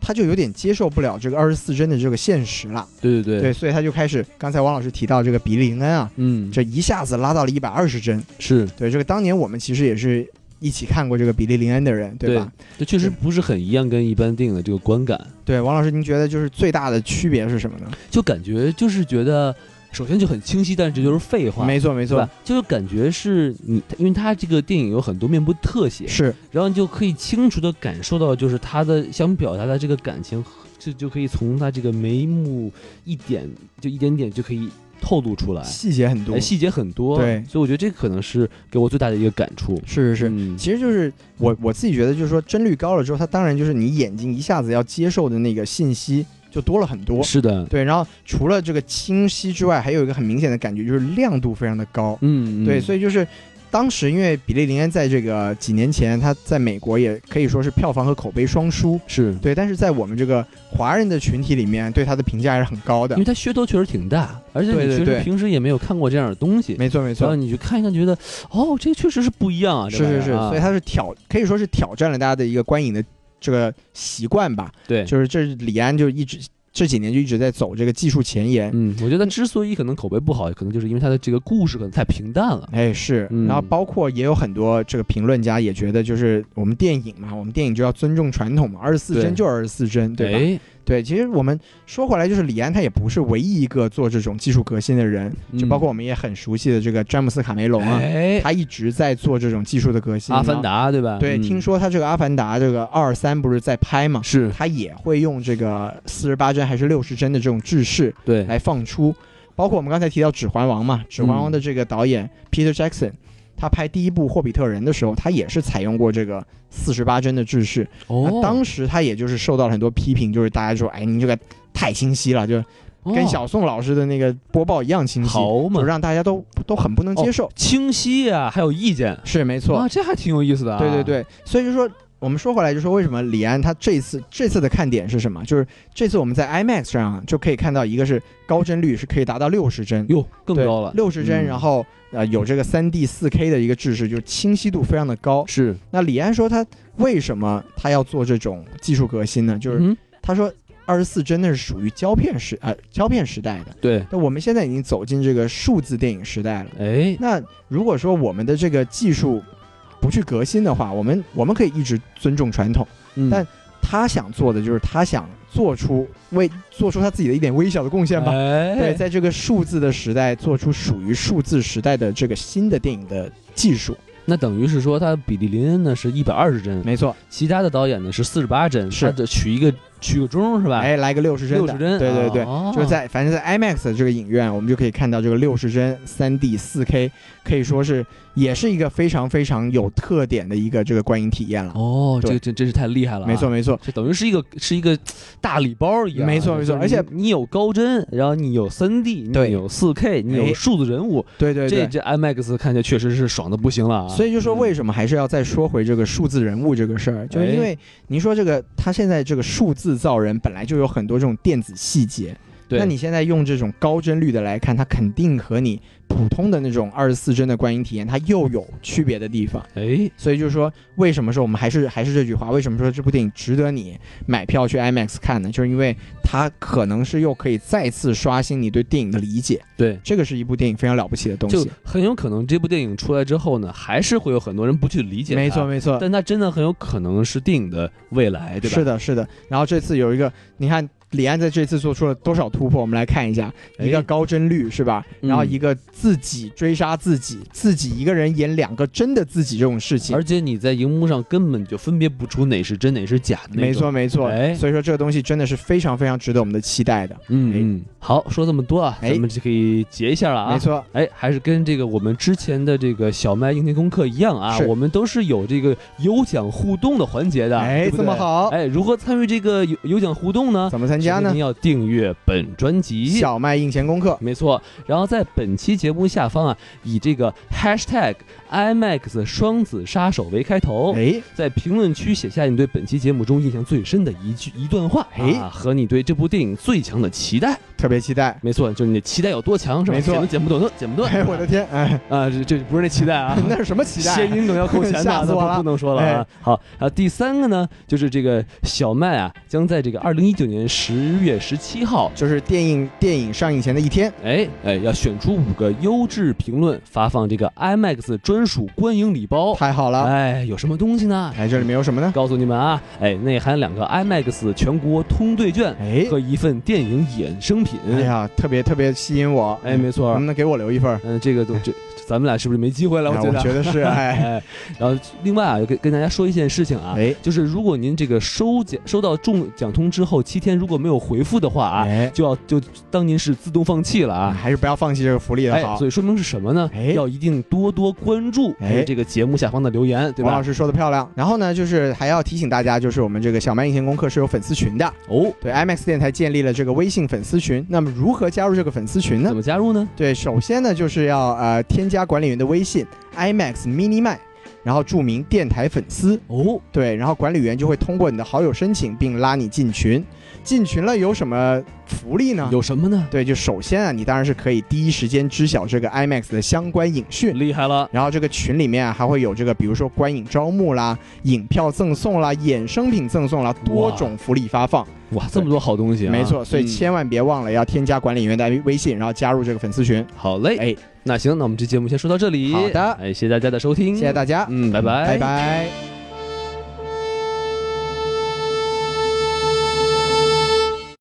[SPEAKER 2] 他就有点接受不了这个二十四帧的这个现实了。
[SPEAKER 1] 对对
[SPEAKER 2] 对，，所以他就开始，刚才王老师提到这个比利林恩啊，
[SPEAKER 1] 嗯，
[SPEAKER 2] 这一下子拉到了一百二十帧。
[SPEAKER 1] 是
[SPEAKER 2] 对，这个当年我们其实也是一起看过这个比利林恩的人，对吧？
[SPEAKER 1] 这确实
[SPEAKER 2] 对
[SPEAKER 1] 不是很一样，跟一般电影的这个观感，
[SPEAKER 2] 对王老师，您觉得就是最大的区别是什么呢？
[SPEAKER 1] 就感觉就是觉得，首先就很清晰，但是这就是废话，
[SPEAKER 2] 没错，没
[SPEAKER 1] 对
[SPEAKER 2] 错
[SPEAKER 1] 吧，？就是感觉是你，因为它这个电影有很多面部特写，
[SPEAKER 2] 是
[SPEAKER 1] 然后你就可以清楚的感受到，就是他的想表达的这个感情，就就可以从他这个眉目一点就一点点就可以透露出来，
[SPEAKER 2] 细节很多，
[SPEAKER 1] 哎细节很多，
[SPEAKER 2] 对
[SPEAKER 1] 所以我觉得这可能是给我最大的一个感触，
[SPEAKER 2] 是是是。
[SPEAKER 1] 嗯
[SPEAKER 2] 其实就是我我自己觉得，就是说帧率高了之后，它当然就是你眼睛一下子要接受的那个信息就多了很多。
[SPEAKER 1] 是的，
[SPEAKER 2] 对，然后除了这个清晰之外，还有一个很明显的感觉就是亮度非常的高。
[SPEAKER 1] 嗯，
[SPEAKER 2] 对，所
[SPEAKER 1] 以
[SPEAKER 2] 以就是当时因为比利林恩在这个几年前，他在美国也可以说是票房和口碑双输。
[SPEAKER 1] 是
[SPEAKER 2] 对，但是在我们这个华人的群体里面，对他的评价还是很高的
[SPEAKER 1] 因为。它噱头确实挺大，而且
[SPEAKER 2] 对
[SPEAKER 1] 你
[SPEAKER 2] 对
[SPEAKER 1] 确
[SPEAKER 2] 对
[SPEAKER 1] 实平时也没有看过这样的东西，
[SPEAKER 2] 没错，没
[SPEAKER 1] 然后
[SPEAKER 2] 错，
[SPEAKER 1] 你去看一看，觉得哦，这确实是不一样啊，
[SPEAKER 2] 是
[SPEAKER 1] 这玩意
[SPEAKER 2] 是
[SPEAKER 1] 儿
[SPEAKER 2] 是，
[SPEAKER 1] 啊
[SPEAKER 2] 所以他是挑，可以说是挑战了大家的一个观影的这个习惯吧。
[SPEAKER 1] 对，
[SPEAKER 2] 就是这李安就一直这几年就一直在走这个技术前沿。
[SPEAKER 1] 嗯，我觉得之所以可能口碑不好，可能就是因为它的这个故事可能太平淡了，
[SPEAKER 2] 哎，是，
[SPEAKER 1] 嗯
[SPEAKER 2] 然后包括也有很多这个评论家也觉得，就是我们电影嘛，我们电影就要尊重传统嘛，二十四
[SPEAKER 1] 对
[SPEAKER 2] 帧就二十四帧，对吧？
[SPEAKER 1] 哎，
[SPEAKER 2] 对，其实我们说回来，就是李安他也不是唯一一个做这种技术革新的人，
[SPEAKER 1] 嗯
[SPEAKER 2] 就包括我们也很熟悉的这个詹姆斯卡梅隆啊，
[SPEAKER 1] 哎，
[SPEAKER 2] 他一直在做这种技术的革新。
[SPEAKER 1] 阿凡，达对吧？
[SPEAKER 2] 对，
[SPEAKER 1] 嗯
[SPEAKER 2] 听说他这个阿凡达这个二三不是在拍嘛，
[SPEAKER 1] 是
[SPEAKER 2] 他也会用这个四十八帧还是六十帧的这种制式，
[SPEAKER 1] 对，嗯
[SPEAKER 2] 来放出。包括我们刚才提到《指环王》嘛，《指环王》的这个导演 Peter Jackson，他拍第一部《霍比特人》的时候，他也是采用过这个四十八帧的制式。
[SPEAKER 1] 哦
[SPEAKER 2] 那当时他也就是受到了很多批评，就是大家说，哎，你这个太清晰了，就跟小宋老师的那个播报一样清晰，
[SPEAKER 1] 哦好
[SPEAKER 2] 就
[SPEAKER 1] 嘛，哦
[SPEAKER 2] 让大家都都很不能接受。
[SPEAKER 1] 清晰啊，还有意见
[SPEAKER 2] 是没错，
[SPEAKER 1] 啊，这还挺有意思的、啊。
[SPEAKER 2] 对对，对，所以就说。我们说回来，就说为什么李安他这次这次的看点是什么？就是这次我们在 IMAX 上啊就可以看到，一个是高帧率是可以达到六十帧，
[SPEAKER 1] 哟，更高了，
[SPEAKER 2] 六十帧，
[SPEAKER 1] 嗯
[SPEAKER 2] 然后呃有这个三 D 四 K 的一个制式，就是清晰度非常的高。
[SPEAKER 1] 是
[SPEAKER 2] 那李安说他为什么他要做这种技术革新呢？就是
[SPEAKER 1] 嗯
[SPEAKER 2] 他说二十四帧那是属于胶片时呃胶片时代的，
[SPEAKER 1] 对，
[SPEAKER 2] 那我们现在已经走进这个数字电影时代了。
[SPEAKER 1] 哎，
[SPEAKER 2] 那如果说我们的这个技术不去革新的话，我们我们可以一直尊重传统。
[SPEAKER 1] 嗯
[SPEAKER 2] 但他想做的就是他想做出为做出他自己的一点微小的贡献吧。
[SPEAKER 1] 哎，
[SPEAKER 2] 对，在这个数字的时代，做出属于数字时代的这个新的电影的技术，
[SPEAKER 1] 那等于是说，他比利林恩呢是一百二十帧，
[SPEAKER 2] 没错。
[SPEAKER 1] 其他的导演呢是四十八帧，
[SPEAKER 2] 是
[SPEAKER 1] 他得取一个取个钟是吧？，
[SPEAKER 2] 哎，来个六十帧
[SPEAKER 1] 六
[SPEAKER 2] 的，
[SPEAKER 1] 十帧，
[SPEAKER 2] 对对对，
[SPEAKER 1] 哦
[SPEAKER 2] 就是在反正在 IMAX 的这个影院，我们就可以看到这个六十帧、三 D、四 K，可以说是也是一个非常非常有特点的一个这个观影体验了。
[SPEAKER 1] 哦，
[SPEAKER 2] 对
[SPEAKER 1] 这个真真是太厉害了、
[SPEAKER 2] 没错，没错，
[SPEAKER 1] 这等于是一个是一个大礼包一样，啊
[SPEAKER 2] 没错没错
[SPEAKER 1] 就是
[SPEAKER 2] 而且
[SPEAKER 1] 你你有高帧，然后你有三 D，
[SPEAKER 2] 对哎
[SPEAKER 1] 你有四 K，你有数字人物，
[SPEAKER 2] 对对
[SPEAKER 1] 这
[SPEAKER 2] 对。
[SPEAKER 1] 这 IMAX 看起来确实是爽的不行了啊。
[SPEAKER 2] 所以就说为
[SPEAKER 1] 什
[SPEAKER 2] 什么还是要再说回这个数字人物这个事儿，就是
[SPEAKER 1] 哎
[SPEAKER 2] 因为您说这个他现在这个数字造人本来就有很多这种电子细节，
[SPEAKER 1] 对
[SPEAKER 2] 那你现在用这种高帧率的来看，它肯定和你普通的那种二十四帧的观影体验它又有区别的地方。
[SPEAKER 1] 哎
[SPEAKER 2] 所以就是说，为什么说我们还是还是这句话？为什么说这部电影值得你买票去 IMAX 看呢？就是因为它可能是又可以再次刷新你对电影的理解，
[SPEAKER 1] 对。
[SPEAKER 2] 这个是一部电影非常了不起的东
[SPEAKER 1] 就
[SPEAKER 2] 西。
[SPEAKER 1] 很有可能这部电影出来之后呢，还是会有很多人不去理解它，
[SPEAKER 2] 没错，没错，
[SPEAKER 1] 但它真的很有可能是电影的未来，对吧？
[SPEAKER 2] 是的，是的。然后这次有一个，你看李安在这次做出了多少突破？我们来看一下，
[SPEAKER 1] 哎
[SPEAKER 2] 一个高帧率是吧？
[SPEAKER 1] 嗯
[SPEAKER 2] 然后一个自己追杀自己，自己一个人演两个真的自己这种事情。
[SPEAKER 1] 而且你在荧幕上根本就分辨不出哪是真哪是假的
[SPEAKER 2] 没
[SPEAKER 1] 那种。
[SPEAKER 2] 错，没错。
[SPEAKER 1] 哎
[SPEAKER 2] 所以说这个东西真的是非常非常值得我们的期待的。
[SPEAKER 1] 嗯
[SPEAKER 2] 哎
[SPEAKER 1] 嗯，好，说这么多啊，
[SPEAKER 2] 哎
[SPEAKER 1] 咱们就可以结一下了啊。
[SPEAKER 2] 没。错，
[SPEAKER 1] 哎，还是跟这个我们之前的这个小麦应天功课一样啊
[SPEAKER 2] 是，
[SPEAKER 1] 我们都是有这个有奖互动的环节的，
[SPEAKER 2] 哎
[SPEAKER 1] 对不对
[SPEAKER 2] 这么好
[SPEAKER 1] 哎，如何参与这个有有奖互动呢？
[SPEAKER 2] 怎么参加
[SPEAKER 1] 首先
[SPEAKER 2] 呢
[SPEAKER 1] 您？要订阅本专辑，
[SPEAKER 2] 小麦印前功课，
[SPEAKER 1] 没错。然后在本期节目下方啊，以这个 hashtag IMAX 双子杀手为开头，
[SPEAKER 2] 哎，
[SPEAKER 1] 在评论区写下你对本期节目中印象最深的一句一段话，
[SPEAKER 2] 哎
[SPEAKER 1] 啊，和你对这部电影最强的期待。
[SPEAKER 2] 特别期待。
[SPEAKER 1] 没错，就是你的期待有多强，是吧？
[SPEAKER 2] 没错
[SPEAKER 1] 剪都剪不断，剪不断。
[SPEAKER 2] 哎，我的天，哎，。
[SPEAKER 1] 啊，这这不是那期待啊
[SPEAKER 2] 那是什么 期待
[SPEAKER 1] 谐
[SPEAKER 2] 啊？
[SPEAKER 1] 音梗要扣钱的，
[SPEAKER 2] 吓死我了哎
[SPEAKER 1] 那不不能说了啊。好，然后第三个呢，就是这个小麦啊，将在这个二零一九年十月十七号，
[SPEAKER 2] 就是电影电影上映前的一天，
[SPEAKER 1] 哎哎，要选出五个优质评论，发放这个 IMAX 专属观影礼包。
[SPEAKER 2] 太好了。
[SPEAKER 1] 哎，有什么东西呢？
[SPEAKER 2] 哎，这里面有什 么呢？
[SPEAKER 1] 告诉你们啊，哎，内含两个 IMAX 全国通兑券
[SPEAKER 2] 哎，
[SPEAKER 1] 和一份电影衍生品。
[SPEAKER 2] 哎呀，特别特别吸引我。
[SPEAKER 1] 嗯哎没错
[SPEAKER 2] 能不能给我留一份儿？
[SPEAKER 1] 嗯，这个都这咱们俩是不是没机会了？
[SPEAKER 2] 哎
[SPEAKER 1] 觉
[SPEAKER 2] 我
[SPEAKER 1] 得。
[SPEAKER 2] 觉得是哎
[SPEAKER 1] 哎，然后另外啊，要跟跟大家说一件事情 啊，
[SPEAKER 2] 哎
[SPEAKER 1] 就是如果您这个收奖收到中奖通知后七天如果没有回复的话啊，
[SPEAKER 2] 哎
[SPEAKER 1] 就要就当您是自动放弃了
[SPEAKER 2] 啊，
[SPEAKER 1] 啊。
[SPEAKER 2] 还是不要放弃这个福利的
[SPEAKER 1] 哎，
[SPEAKER 2] 好
[SPEAKER 1] 所。以说明是什么呢？
[SPEAKER 2] 哎
[SPEAKER 1] 要一定多多关注
[SPEAKER 2] 哎
[SPEAKER 1] 还有这个节目下方的留言，对
[SPEAKER 2] 王老
[SPEAKER 1] 吧？
[SPEAKER 2] 师说的漂亮。然后呢，就是还要提醒大家，就是我们这个小麦印前功课是有粉丝群的，
[SPEAKER 1] 哦，
[SPEAKER 2] 对 IMAX 电台建立了这个微信粉丝群。那么如何加入这个粉丝群呢
[SPEAKER 1] 怎？么加入呢？
[SPEAKER 2] 对，首先呢就是要呃添加管理员的微信 IMAX mini 麦，然后注明电台粉丝，
[SPEAKER 1] 哦，
[SPEAKER 2] 对，然后管理员就会通过你的好友申请并拉你进群。进群了有什么福利呢？
[SPEAKER 1] 有什么呢？
[SPEAKER 2] 对，就首先啊，你当然是可以第一时间知晓这个 IMAX 的相关影讯。
[SPEAKER 1] 厉害了，
[SPEAKER 2] 然后这个群里面啊还会有这个，比如说观影招募啦、影票赠送啦、衍生品赠送啦，多种福利发放。
[SPEAKER 1] 哇，这么多好东西啊！
[SPEAKER 2] 没错，所以
[SPEAKER 1] 嗯
[SPEAKER 2] 千万别忘了要添加管理员的微信，然后加入这个粉丝群。
[SPEAKER 1] 好嘞，
[SPEAKER 2] 哎，
[SPEAKER 1] 那行，那我们这节目先说到这里。
[SPEAKER 2] 好的
[SPEAKER 1] 哎，谢谢大家的收听，
[SPEAKER 2] 谢谢大家，
[SPEAKER 1] 嗯，拜拜，
[SPEAKER 2] 拜拜。